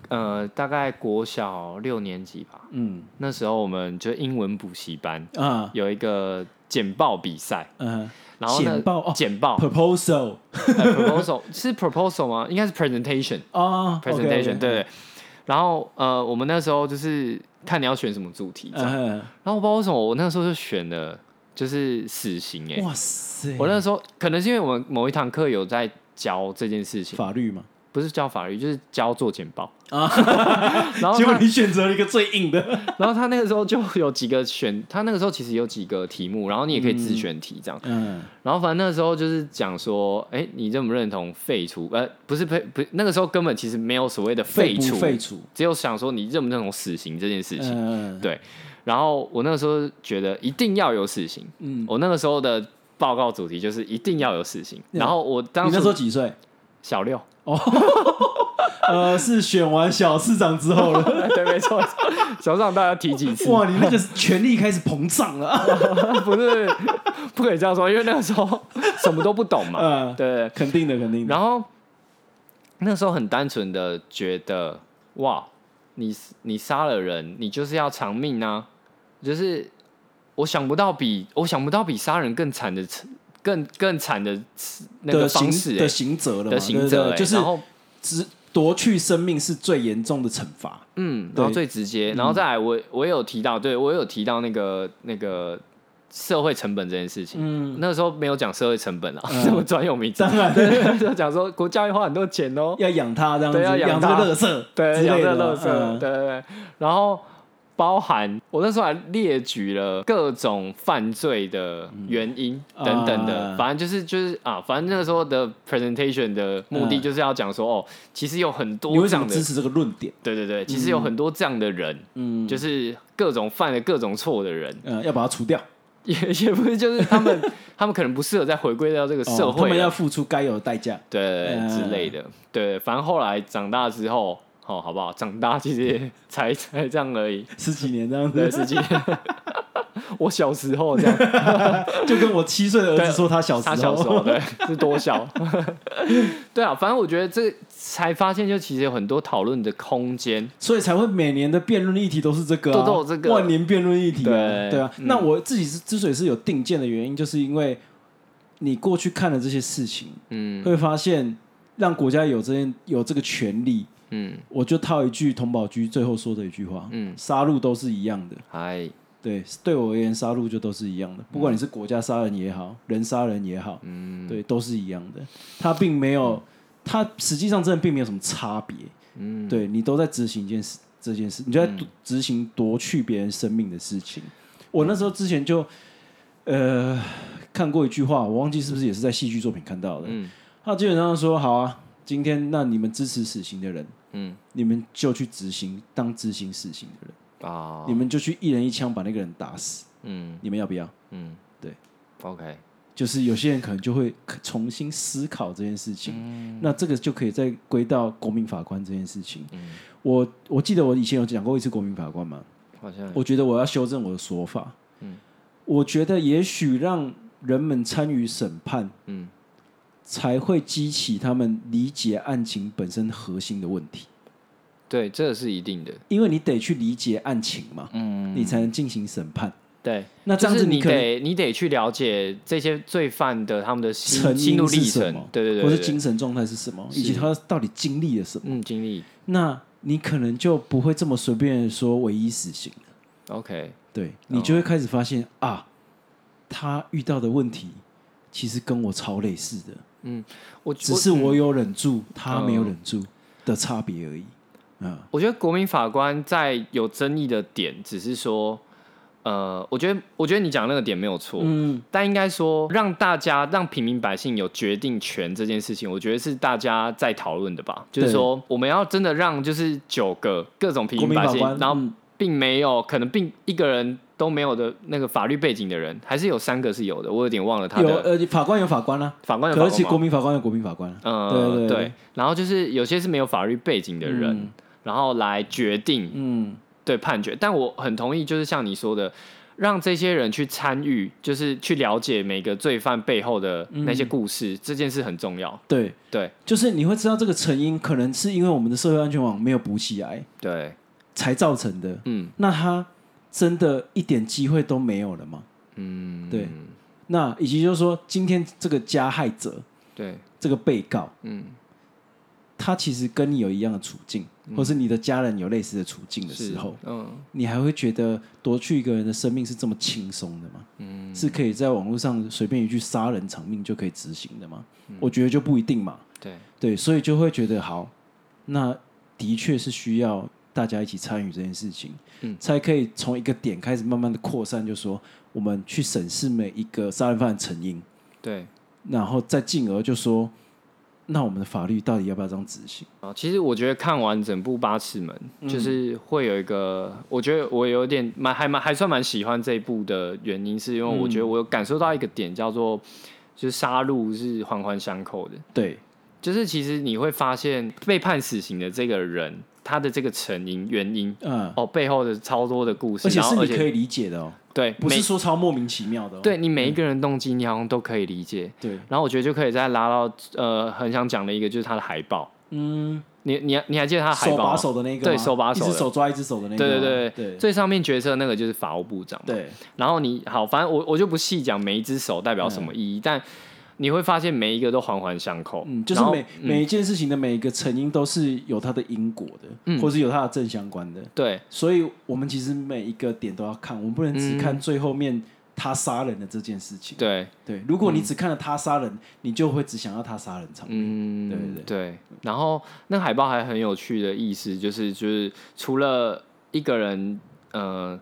Speaker 1: 呃大概国小六年级吧，
Speaker 2: 嗯
Speaker 1: 那时候我们就英文补习班
Speaker 2: 啊
Speaker 1: 有一个简报比赛，
Speaker 2: 嗯
Speaker 1: 然后呢
Speaker 2: 简报哦
Speaker 1: 简 报、
Speaker 2: ，proposal
Speaker 1: 呃 proposal 是 proposal 吗？应该是 presentation
Speaker 2: 啊
Speaker 1: presentation 对，对。然后呃我们那时候就是看你要选什么主题，这样
Speaker 2: 嗯，
Speaker 1: 然后我不知道为什么我那时候就选了就是死刑哎、
Speaker 2: 哇塞，
Speaker 1: 我那时候可能是因为我们某一堂课有在教这件事情，
Speaker 2: 法律嘛
Speaker 1: 不是教法律，就是教做简报。
Speaker 2: 啊，
Speaker 1: 然后
Speaker 2: 结果
Speaker 1: 他，
Speaker 2: 你选择了一个最硬的，
Speaker 1: 然后他那个时候就有几个选，他那个时候其实有几个题目，然后你也可以自选题这样。
Speaker 2: 嗯
Speaker 1: 然后反正那个时候就是讲说，哎、你认不认同废除？呃，不是废，不，那个时候根本其实没有所谓的废
Speaker 2: 废不
Speaker 1: 除，
Speaker 2: 废除，
Speaker 1: 只有想说你认不认同死刑这件事情。
Speaker 2: 嗯
Speaker 1: 对然后我那个时候觉得一定要有死刑，
Speaker 2: 嗯，
Speaker 1: 我那个时候的报告主题就是一定要有死刑。
Speaker 2: 嗯
Speaker 1: 然后我当
Speaker 2: 你那时候
Speaker 1: 时
Speaker 2: 几岁？
Speaker 1: 小六。
Speaker 2: 呃，是选完小市长之后了。
Speaker 1: 对，没错，手上大家提几次，
Speaker 2: 哇，你那 个权力开始膨胀了，
Speaker 1: 不是 不可以这样说，因为那个时候什么都不懂嘛。
Speaker 2: 嗯，
Speaker 1: 对，
Speaker 2: 肯定的，肯定的。
Speaker 1: 然后那时候很单纯的觉得，哇，你你杀了人，你就是要偿命啊！就是我想不到比我想不到比杀人更惨的更更惨的那个
Speaker 2: 的
Speaker 1: 方
Speaker 2: 行
Speaker 1: 式、欸
Speaker 2: 的刑责了嘛，
Speaker 1: 的刑责、
Speaker 2: 对
Speaker 1: 欸，
Speaker 2: 对对就是
Speaker 1: 然后
Speaker 2: 只夺去生命是最严重的惩罚。
Speaker 1: 嗯，然后
Speaker 2: 对
Speaker 1: 最直接，然后再来我我也有提到，对我也有提到那个那个社会成本这件事情。
Speaker 2: 嗯，
Speaker 1: 那个时候没有讲社会成本啊，
Speaker 2: 嗯
Speaker 1: 这么专有名词，
Speaker 2: 当然
Speaker 1: 对， 就讲说国家会花很多钱哦，
Speaker 2: 要养它这样子，
Speaker 1: 对要养
Speaker 2: 养这个
Speaker 1: 它
Speaker 2: 乐色，
Speaker 1: 对，
Speaker 2: 之
Speaker 1: 养
Speaker 2: 类
Speaker 1: 这
Speaker 2: 的
Speaker 1: 垃圾，
Speaker 2: 嗯
Speaker 1: 对对对。然后包含我那时候还列举了各种犯罪的原因
Speaker 2: 嗯
Speaker 1: 等等的，
Speaker 2: 啊
Speaker 1: 反正就是就是啊，反正那个时候的 presentation 的目的
Speaker 2: 嗯
Speaker 1: 就是要讲说，哦，其实有很多
Speaker 2: 你为
Speaker 1: 这
Speaker 2: 什
Speaker 1: 样
Speaker 2: 么
Speaker 1: 的
Speaker 2: 支，持这个论点？
Speaker 1: 对对对，其实有
Speaker 2: 嗯
Speaker 1: 很多这样的人，
Speaker 2: 嗯，
Speaker 1: 就是各种犯了各种错的人，
Speaker 2: 呃，要把它除掉，
Speaker 1: 也也不是就是他 们他们可能不适合再回归到这个
Speaker 2: 哦
Speaker 1: 社
Speaker 2: 他
Speaker 1: 会啊
Speaker 2: 们
Speaker 1: 了，
Speaker 2: 要付出该有的代价。
Speaker 1: 对对对
Speaker 2: 嗯
Speaker 1: 之类的，对，反正后来长大之后。哦，好不好？长大其实 也才才这样而已，
Speaker 2: 十几年这样
Speaker 1: 对，
Speaker 2: 子，
Speaker 1: 十几年。我小时候这样，
Speaker 2: 就跟我七岁的儿子说他小时
Speaker 1: 他
Speaker 2: 候，
Speaker 1: 小时候 对是多小？对啊，反正我觉得这才发现，就其实有很多讨论的空间。
Speaker 2: 所以才会每年的辩论议题都是这个、啊，
Speaker 1: 都都有这个
Speaker 2: 万年辩论议题、啊，
Speaker 1: 对
Speaker 2: 啊。
Speaker 1: 嗯
Speaker 2: 那我自己是之所以是有定见的原因，就是因为你过去看了这些事情，
Speaker 1: 嗯
Speaker 2: 会发现让国家有这件有这个权利。
Speaker 1: 嗯，
Speaker 2: 我就套一句童宝驹最后说的一句话，
Speaker 1: 嗯
Speaker 2: 嗯，杀戮都是一样的，
Speaker 1: 哎，
Speaker 2: 对，对我而言，杀戮就都是一样的，不管你是国家杀人也好，人杀人也好，
Speaker 1: 嗯
Speaker 2: 对，都是一样的。它并没有，它实际上真的并没有什么差别。
Speaker 1: 嗯，
Speaker 2: 对你都在执行一件事，这件事，你就在夺执行夺去别人生命的事情。我那时候之前就
Speaker 1: 嗯
Speaker 2: 呃看过一句话，我忘记是不是也是在戏剧作品看到的。
Speaker 1: 嗯
Speaker 2: 他基本上说：“好啊，今天那你们支持死刑的人，
Speaker 1: 嗯
Speaker 2: 你们就去执行当执行死刑的人，
Speaker 1: 啊
Speaker 2: 你，们就去一人一枪把那个人打死，
Speaker 1: 嗯
Speaker 2: 你们要不要？”
Speaker 1: 嗯，
Speaker 2: 对
Speaker 1: ，OK，
Speaker 2: 就是有些人可能就会重新思考这件事情，
Speaker 1: 嗯
Speaker 2: 那这个就可以再归到国民法官这件事情。
Speaker 1: 嗯
Speaker 2: 我我记得我以前有讲过一次国民法官嘛，
Speaker 1: 好像
Speaker 2: 我觉得我要修正我的说法。
Speaker 1: 嗯
Speaker 2: 我觉得也许让人们参与审判，
Speaker 1: 嗯
Speaker 2: 才会激起他们理解案情本身核心的问题，
Speaker 1: 对，这是一定的。
Speaker 2: 因为你得去理解案情嘛，
Speaker 1: 嗯，
Speaker 2: 你才能进行审判。
Speaker 1: 对，
Speaker 2: 那这样
Speaker 1: 就是
Speaker 2: 子
Speaker 1: 你
Speaker 2: 可能
Speaker 1: 得你得去了解这些罪犯的他们的心
Speaker 2: 成
Speaker 1: 心路
Speaker 2: 因
Speaker 1: 历
Speaker 2: 是什么
Speaker 1: 程，，对对对，
Speaker 2: 或是
Speaker 1: 对
Speaker 2: 精神状态是什么，以及
Speaker 1: 是
Speaker 2: 他到底经历了什么。
Speaker 1: 嗯经历
Speaker 2: 那你可能就不会这么随便地说唯一死刑了。
Speaker 1: ，OK，
Speaker 2: 对你就会开始发现、啊，他遇到的问题其实跟我超类似的，
Speaker 1: 我
Speaker 2: 只
Speaker 1: 我
Speaker 2: 是我有忍住，他没有忍
Speaker 1: 嗯
Speaker 2: 住的差别而已。嗯，
Speaker 1: 我觉得国民法官在有争议的点，只是说，呃，我觉得我觉得你讲那个点没有错，
Speaker 2: 嗯，
Speaker 1: 但应该说让大家让平民百姓有决定权这件事情，我觉得是大家在讨论的吧。就是说，我们要真的让就是九个各种平
Speaker 2: 国
Speaker 1: 民
Speaker 2: 民
Speaker 1: 百
Speaker 2: 法
Speaker 1: 姓，
Speaker 2: 官，
Speaker 1: 然后
Speaker 2: 嗯
Speaker 1: 并没有可能并一个人都没有的那个法律背景的人，还是有三个是有的，我有点忘了他
Speaker 2: 有
Speaker 1: 的
Speaker 2: 呃法官有法官啦、
Speaker 1: 法官的法
Speaker 2: 可
Speaker 1: 官
Speaker 2: 是其
Speaker 1: 吗
Speaker 2: 国民法官有国民法官啊、
Speaker 1: 呃
Speaker 2: 对对对
Speaker 1: 对，然后就是有些是没有法律背景的人，
Speaker 2: 嗯
Speaker 1: 然后来决定
Speaker 2: 嗯，
Speaker 1: 对判决，但我很同意，就是像你说的，让这些人去参与，就是去了解每个罪犯背后的那些故事，这件事很重要。
Speaker 2: 对，
Speaker 1: 对
Speaker 2: 就是你会知道这个成因，可能是因为我们的社会安全网没有补起来
Speaker 1: 对，
Speaker 2: 才造成的。
Speaker 1: 嗯
Speaker 2: 那他真的一点机会都没有了吗？
Speaker 1: 嗯，
Speaker 2: 对那以及就是说，今天这个加害者，
Speaker 1: 对，
Speaker 2: 这个被告，
Speaker 1: 嗯
Speaker 2: 他其实跟你有一样的处境，或是你的家人有类似的处境的时候，，
Speaker 1: 嗯
Speaker 2: 你还会觉得夺去一个人的生命是这么轻松的吗？
Speaker 1: 嗯
Speaker 2: 是可以在网络上随便一句杀人偿命就可以执行的吗？
Speaker 1: 嗯
Speaker 2: 我觉得就不一定嘛。
Speaker 1: 对，
Speaker 2: 对，所以就会觉得好，那的确是需要大家一起参与这件事情，
Speaker 1: 嗯
Speaker 2: 才可以从一个点开始慢慢的扩散，就说我们去审视每一个杀人犯的成因，
Speaker 1: 对。
Speaker 2: 然后再进而就说，那我们的法律到底要不要这样执行？
Speaker 1: 啊，其实我觉得看完整部《八尺门》，
Speaker 2: 嗯
Speaker 1: 就是会有一个，我觉得我有点蛮还蛮还算蛮喜欢这一部的原因，是因为我觉得
Speaker 2: 嗯
Speaker 1: 我有感受到一个点，叫做就是杀戮是环环相扣的。
Speaker 2: 对，
Speaker 1: 就是其实你会发现被判死刑的这个人，他的这个成因原因
Speaker 2: 嗯，
Speaker 1: 哦，背后的超多的故事，
Speaker 2: 而且
Speaker 1: 然
Speaker 2: 是
Speaker 1: 后而
Speaker 2: 你
Speaker 1: 且
Speaker 2: 可以理解的哦，
Speaker 1: 对，
Speaker 2: 不
Speaker 1: 每
Speaker 2: 是说超莫名其妙的、哦。
Speaker 1: 对你每一个人动机，你好像都可以理解。
Speaker 2: 对，
Speaker 1: 然后我觉得就可以再拉到呃，很想讲的一个就是他的海报，
Speaker 2: 嗯，
Speaker 1: 你你你还记得他的海
Speaker 2: 手
Speaker 1: 报吗
Speaker 2: 把手的那个吗，
Speaker 1: 对手把手的
Speaker 2: 一只手抓一只手的那个
Speaker 1: 对
Speaker 2: 吗，
Speaker 1: 对对，
Speaker 2: 对
Speaker 1: 最上面角色那个就是法务部长嘛。
Speaker 2: 对
Speaker 1: 然后你好，反正我我就不细讲每一只手代
Speaker 2: 嗯
Speaker 1: 表什么意义，但你会发现每一个都环环相扣。
Speaker 2: 嗯，就是
Speaker 1: 然后
Speaker 2: 每、每一件事情的每一个成因都是有它的因果的，
Speaker 1: 嗯
Speaker 2: 或是有它的正相关的，
Speaker 1: 对
Speaker 2: 所以我们其实每一个点都要看，我们不能只看最后面他杀人的这件事
Speaker 1: 嗯
Speaker 2: 情。
Speaker 1: 对，
Speaker 2: 对，如果你只看了他杀人，你就会只想要他杀人场面。
Speaker 1: 嗯，
Speaker 2: 对对
Speaker 1: 然后那海报还很有趣的意思就是，就是除了一个人，呃，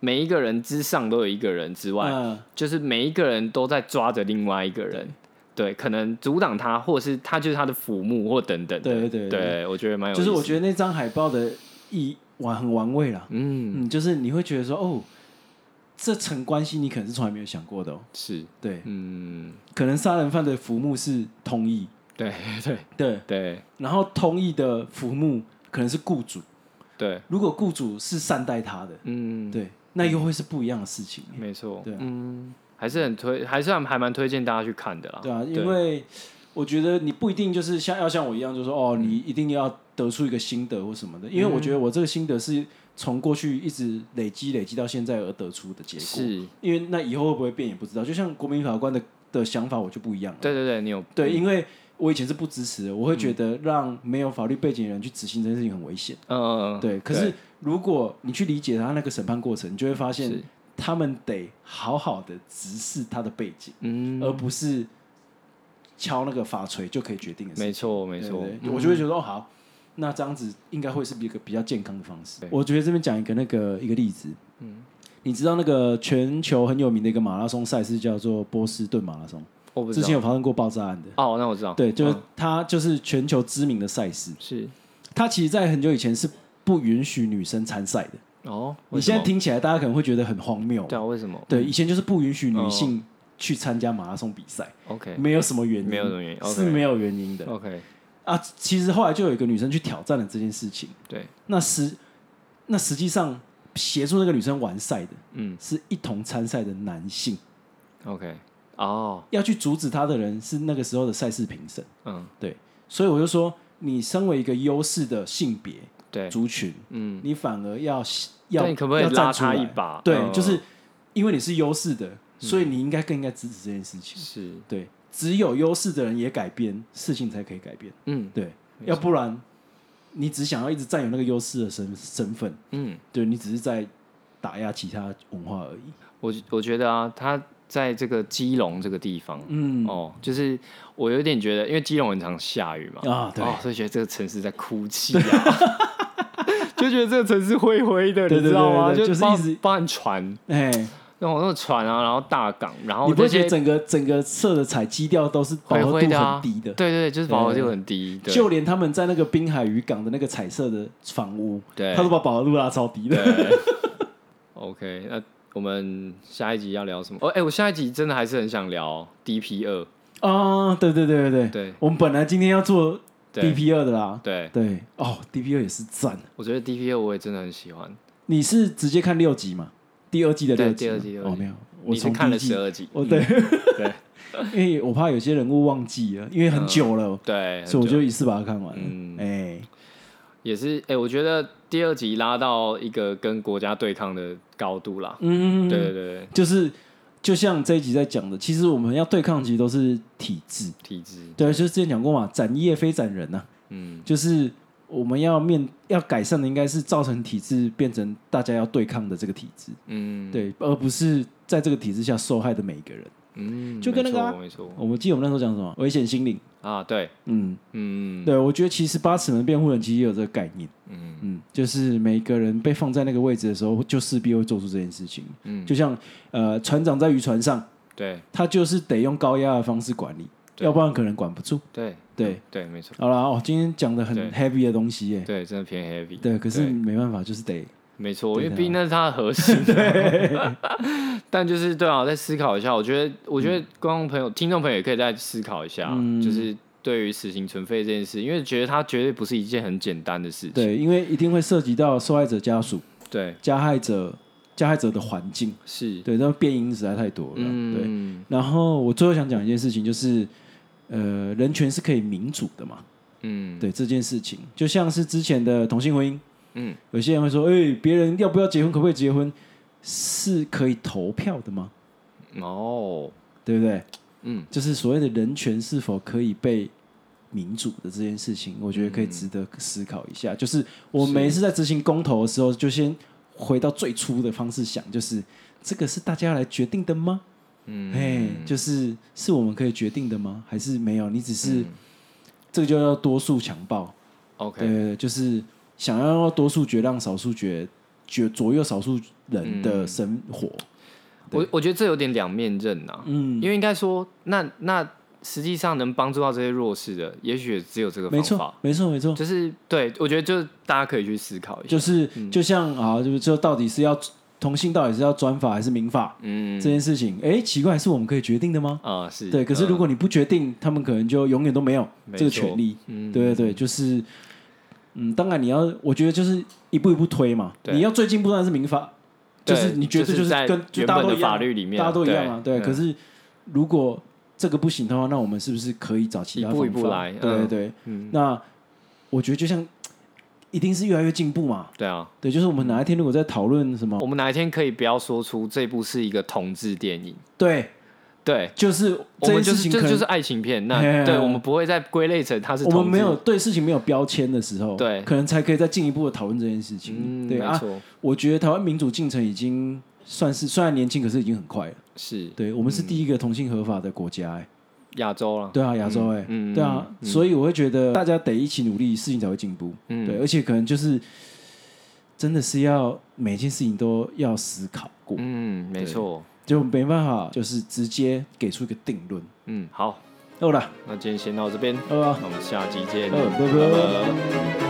Speaker 1: 每一个人之上都有一个人之外，
Speaker 2: 嗯
Speaker 1: 就是每一个人都在抓着另外一个人，对，可能阻挡他，或者是他就是他的辅幕或等等的。
Speaker 2: 对对对
Speaker 1: 我觉得蛮有意
Speaker 2: 就
Speaker 1: 思。
Speaker 2: 是我觉得那张海报的意玩很玩味啦。
Speaker 1: 嗯，
Speaker 2: 嗯，就是你会觉得说，哦，这层关系你可能是从来没有想过的哦。
Speaker 1: 是，
Speaker 2: 对，
Speaker 1: 嗯，
Speaker 2: 可能杀人犯的服木是同意，
Speaker 1: 对 对
Speaker 2: 对，
Speaker 1: 对
Speaker 2: 然后同意的服木可能是雇主，
Speaker 1: 对，
Speaker 2: 如果雇主是善待他的，
Speaker 1: 嗯，
Speaker 2: 对，那又会是不一样的事情。
Speaker 1: 没错，
Speaker 2: 对啊
Speaker 1: 嗯，还是很推，还是还蛮推荐大家去看的啦。
Speaker 2: 对啊，因为我觉得你不一定就是像要像我一样，就说哦，你一定要得出一个心得或什么的，因为我觉得我这个心得是从过去一直累积累积到现在而得出的结果，
Speaker 1: 是，
Speaker 2: 因为那以后会不会变也不知道。就像国民法官的的想法，我就不一样了。
Speaker 1: 对对对，你有嗯
Speaker 2: 对，因为我以前是不支持的，我会觉得让没有法律背景的人去执行这件事情很危险。
Speaker 1: 嗯，
Speaker 2: 对，可是如果你去理解他那个审判过程，你就会发现
Speaker 1: 是
Speaker 2: 他们得好好的直视他的背景，
Speaker 1: 嗯，
Speaker 2: 而不是敲那个法锤就可以决定的事。
Speaker 1: 没错没
Speaker 2: 对
Speaker 1: 错嗯
Speaker 2: 对，对我就会觉得哦好，那这样子应该会是一个比较健康的方式。我觉得这边讲一个那个一个例子，嗯，你知道那个全球很有名的一个马拉松赛事叫做波士顿马拉松，
Speaker 1: 我不
Speaker 2: 之
Speaker 1: 知
Speaker 2: 前
Speaker 1: 道。
Speaker 2: 有发生过爆炸案的。
Speaker 1: 哦，那我知道，
Speaker 2: 对，就是
Speaker 1: 嗯
Speaker 2: 它就是全球知名的赛事，
Speaker 1: 是
Speaker 2: 它其实，在很久以前是不允许女生参赛的。
Speaker 1: 哦。
Speaker 2: 你
Speaker 1: 为什
Speaker 2: 现在
Speaker 1: 么
Speaker 2: 听起来，大家可能会觉得很荒谬。
Speaker 1: 对啊？为什么？
Speaker 2: 对，以前就是不允许女性去参加马拉松比赛，
Speaker 1: ，OK
Speaker 2: 没有什么原因，
Speaker 1: 没有什么原因，OK
Speaker 2: 是没有原因的
Speaker 1: OK，
Speaker 2: 啊。其实后来就有一个女生去挑战了这件事情，
Speaker 1: 对，
Speaker 2: 那实那实际上协助那个女生完赛的
Speaker 1: 嗯
Speaker 2: 是一同参赛的男性，
Speaker 1: ，OK，哦，
Speaker 2: 要去阻止她的人是那个时候的赛事评审。
Speaker 1: 嗯，
Speaker 2: 对，所以我就说，你身为一个优势的性别
Speaker 1: 对，
Speaker 2: 族群，
Speaker 1: 嗯，
Speaker 2: 你反而要要
Speaker 1: 对你可不可以
Speaker 2: 要站
Speaker 1: 拉他
Speaker 2: 出来
Speaker 1: 一把
Speaker 2: 对，
Speaker 1: 嗯
Speaker 2: 就是因为你是优势的，所以你应该更应该支持这件事情。
Speaker 1: 是，
Speaker 2: 对，只有优势的人也改变，事情才可以改变。
Speaker 1: 嗯
Speaker 2: 对，要不然你只想要一直占有那个优势的身身份，
Speaker 1: 嗯，
Speaker 2: 对你只是在打压其他文化而已。
Speaker 1: 我我觉得啊，他在这个基隆这个地方，
Speaker 2: 嗯，
Speaker 1: 哦，就是我有点觉得，因为基隆很常下雨嘛，
Speaker 2: 啊对
Speaker 1: 哦所以觉得这个城市在哭泣 啊，就觉得这个城市灰灰的，
Speaker 2: 对
Speaker 1: 你知道吗？
Speaker 2: 对对对就是
Speaker 1: 包
Speaker 2: 一直
Speaker 1: 包含船，
Speaker 2: 哎，
Speaker 1: 那种那种船啊，然后大港，然后
Speaker 2: 你不会
Speaker 1: 这
Speaker 2: 觉得
Speaker 1: 些
Speaker 2: 整个整个色的彩基调都是饱
Speaker 1: 灰
Speaker 2: 和
Speaker 1: 灰
Speaker 2: 度
Speaker 1: 的啊，
Speaker 2: 很低的？
Speaker 1: 对对对，就是饱和度很低，对
Speaker 2: 就连他们在那个滨海渔港的那个彩色的房屋，
Speaker 1: 对
Speaker 2: 他都把饱和度拉超低的。
Speaker 1: 对 OK，那我们下一集要聊什么？哦，哎、我下一集真的还是很想聊 DP 二，
Speaker 2: 啊，对对对对
Speaker 1: 对
Speaker 2: 我们本来今天要做
Speaker 1: 对
Speaker 2: DP 二的啦，
Speaker 1: 对，
Speaker 2: 对哦，DP 二也是赞。
Speaker 1: 我觉得 DP 二我也真的很喜欢，
Speaker 2: 你是直接看六集嘛？第二季的六集
Speaker 1: 对第二
Speaker 2: 吗，
Speaker 1: 季第二季
Speaker 2: 哦没有，我
Speaker 1: 你是
Speaker 2: 从
Speaker 1: 看
Speaker 2: 第
Speaker 1: 了
Speaker 2: 一季
Speaker 1: 十，二集，嗯
Speaker 2: 我对，
Speaker 1: 对
Speaker 2: 因为我怕有些人物忘记了，因为很久了，
Speaker 1: 对，
Speaker 2: 所以我
Speaker 1: 嗯很久
Speaker 2: 就一次把它看完了。
Speaker 1: 嗯
Speaker 2: 哎，
Speaker 1: 也是，哎、我觉得第二集拉到一个跟国家对抗的高度啦，
Speaker 2: 嗯，
Speaker 1: 对对，对对，
Speaker 2: 就是就像这一集在讲的，其实我们要对抗其实都是体制，
Speaker 1: 体制，
Speaker 2: 对啊，就是之前讲过嘛，斩业非斩人呐、
Speaker 1: 嗯，
Speaker 2: 就是我们要面要改善的，应该是造成体制变成大家要对抗的这个体制，
Speaker 1: 嗯，
Speaker 2: 对，而不是在这个体制下受害的每一个人。
Speaker 1: 嗯，
Speaker 2: 就跟那个啊
Speaker 1: 没错没错
Speaker 2: 我们记得我们那时候讲什么危险心灵，
Speaker 1: 啊，对，
Speaker 2: 嗯，
Speaker 1: 嗯，
Speaker 2: 对，我觉得其实八尺门辩护人其实也有这个概念，
Speaker 1: 嗯
Speaker 2: 嗯，就是每一个人被放在那个位置的时候，就势必会做出这件事情，
Speaker 1: 嗯，
Speaker 2: 就像呃船长在渔船上，
Speaker 1: 对
Speaker 2: 他就是得用高压的方式管理，
Speaker 1: 对
Speaker 2: 要不然可能管不住。
Speaker 1: 对嗯
Speaker 2: 对，
Speaker 1: 对，没错，
Speaker 2: 好啦，哦，今天讲的很
Speaker 1: 对
Speaker 2: heavy 的东西耶，
Speaker 1: 对，真的偏 heavy，
Speaker 2: 对，可是
Speaker 1: 对
Speaker 2: 没办法，就是得
Speaker 1: 没错，
Speaker 2: 对
Speaker 1: 因为
Speaker 2: 的啊
Speaker 1: 毕竟那是他的核 心。 但就是对啊，我再思考一下，我觉得，我觉得观众朋友、听众朋友也可以再思考一下，
Speaker 2: 嗯
Speaker 1: 就是对于死刑存废这件事，因为觉得它绝对不是一件很简单的事情。
Speaker 2: 对，因为一定会涉及到受害者家属、
Speaker 1: 对，
Speaker 2: 加害者、加害者的环境，
Speaker 1: 是，
Speaker 2: 对，那变因实在太多了。对，
Speaker 1: 嗯，
Speaker 2: 然后我最后想讲一件事情，就是呃，人权是可以民主的嘛，
Speaker 3: 嗯
Speaker 2: 对这件事情，就像是之前的同性婚姻，
Speaker 3: 嗯，
Speaker 2: 有些人会说，哎、别人要不要结婚，可不可以结婚，是可以投票的吗？
Speaker 1: 嗯
Speaker 3: 哦，
Speaker 2: 对不对？
Speaker 3: 嗯，
Speaker 2: 就是所谓的人权是否可以被民主的这件事情，我觉得可以值得思考一下。就是我每一次在执行公投的时候，就先回到最初的方式想，就是这个是大家来决定的吗？嗯，哎，就是是我们可以决定的吗？还是没有？你只
Speaker 1: 嗯
Speaker 2: 是、这个就叫多数强暴，对
Speaker 3: OK，
Speaker 2: 对对，就是想要让多数决让少数决决左右少数人的
Speaker 1: 嗯
Speaker 2: 生活。
Speaker 1: 我我觉得这有点两面刃呐、
Speaker 2: 嗯，
Speaker 1: 因为应该说，那那实际上能帮助到这些弱势的，也许也只有这个
Speaker 2: 没
Speaker 1: 方
Speaker 2: 错
Speaker 1: 法，，
Speaker 2: 没错，没错。
Speaker 1: 就是对我觉得就是大家可以去思考一下，嗯
Speaker 2: 就是、就像啊，就是就到底是要同性到底是要专法还是民法、
Speaker 1: 嗯
Speaker 2: 这件事情？哎，奇怪，是我们可以决定的吗？
Speaker 1: 啊、是
Speaker 2: 对，可是
Speaker 1: 嗯
Speaker 2: 如果你不决定，他们可能就永远都没有
Speaker 1: 没
Speaker 2: 这个
Speaker 1: 错
Speaker 2: 权利。
Speaker 1: 嗯
Speaker 2: 对对对，就是，嗯，当然你要，我觉得就是一步一步推嘛。
Speaker 1: 对
Speaker 2: 你要最进步当然是民法，就是
Speaker 1: 对
Speaker 2: 你绝对
Speaker 1: 就是在
Speaker 2: 跟就
Speaker 1: 原
Speaker 2: 大家
Speaker 1: 本
Speaker 2: 都
Speaker 1: 的
Speaker 2: 一样啊
Speaker 1: 法律里面，
Speaker 2: 大家都一样啊。对，
Speaker 1: 嗯
Speaker 2: 可是如果这个不行的话，那我们是不是可以找其他
Speaker 1: 一步一
Speaker 2: 方
Speaker 1: 步
Speaker 2: 法
Speaker 1: 来
Speaker 2: 对对
Speaker 1: 嗯
Speaker 2: 对，
Speaker 1: 嗯
Speaker 2: 那我觉得就像一定是越来越进步嘛。
Speaker 1: 对啊，
Speaker 2: 对，就是我们哪一天如果在讨论什么
Speaker 1: 我，们哪一天可以不要说出这部是一个同志电影？
Speaker 2: 对，
Speaker 1: 对，
Speaker 2: 就是
Speaker 1: 我
Speaker 2: 这
Speaker 1: 们
Speaker 2: 件
Speaker 1: 就
Speaker 2: 事
Speaker 1: 是
Speaker 2: 情
Speaker 1: 这
Speaker 2: 可
Speaker 1: 就
Speaker 2: 能
Speaker 1: 是爱情片，
Speaker 2: 嘿嘿
Speaker 1: 那
Speaker 2: 嘿
Speaker 1: 对我们不会再归类成它是同志
Speaker 2: 我们没有对事情没有标签的时候，
Speaker 1: 对
Speaker 2: 可能才可以再进一步的讨论这件事情。
Speaker 1: 嗯，
Speaker 2: 对
Speaker 1: 没
Speaker 2: 啊，
Speaker 1: 错，
Speaker 2: 我觉得台湾民主进程已经算是虽然年轻，可是已经很快了。
Speaker 1: 是
Speaker 2: 对我们是第一个同性合法的国家、哎、
Speaker 1: 亚洲了，
Speaker 2: 对啊，亚洲哎、
Speaker 1: 嗯嗯
Speaker 2: 对啊，所以我会觉得大家得一起努力，事情才会进步。
Speaker 1: 嗯
Speaker 2: 对，而且可能就是真的是要每件事情都要思考过，
Speaker 1: 嗯，没错，
Speaker 2: 就没办法就是直接给出一个定论。
Speaker 1: 嗯，好，
Speaker 2: 够了，
Speaker 1: 那今天先到这边，
Speaker 2: 好吧，啊
Speaker 1: 那我们下集见，
Speaker 2: 呃，拜拜。
Speaker 1: 拜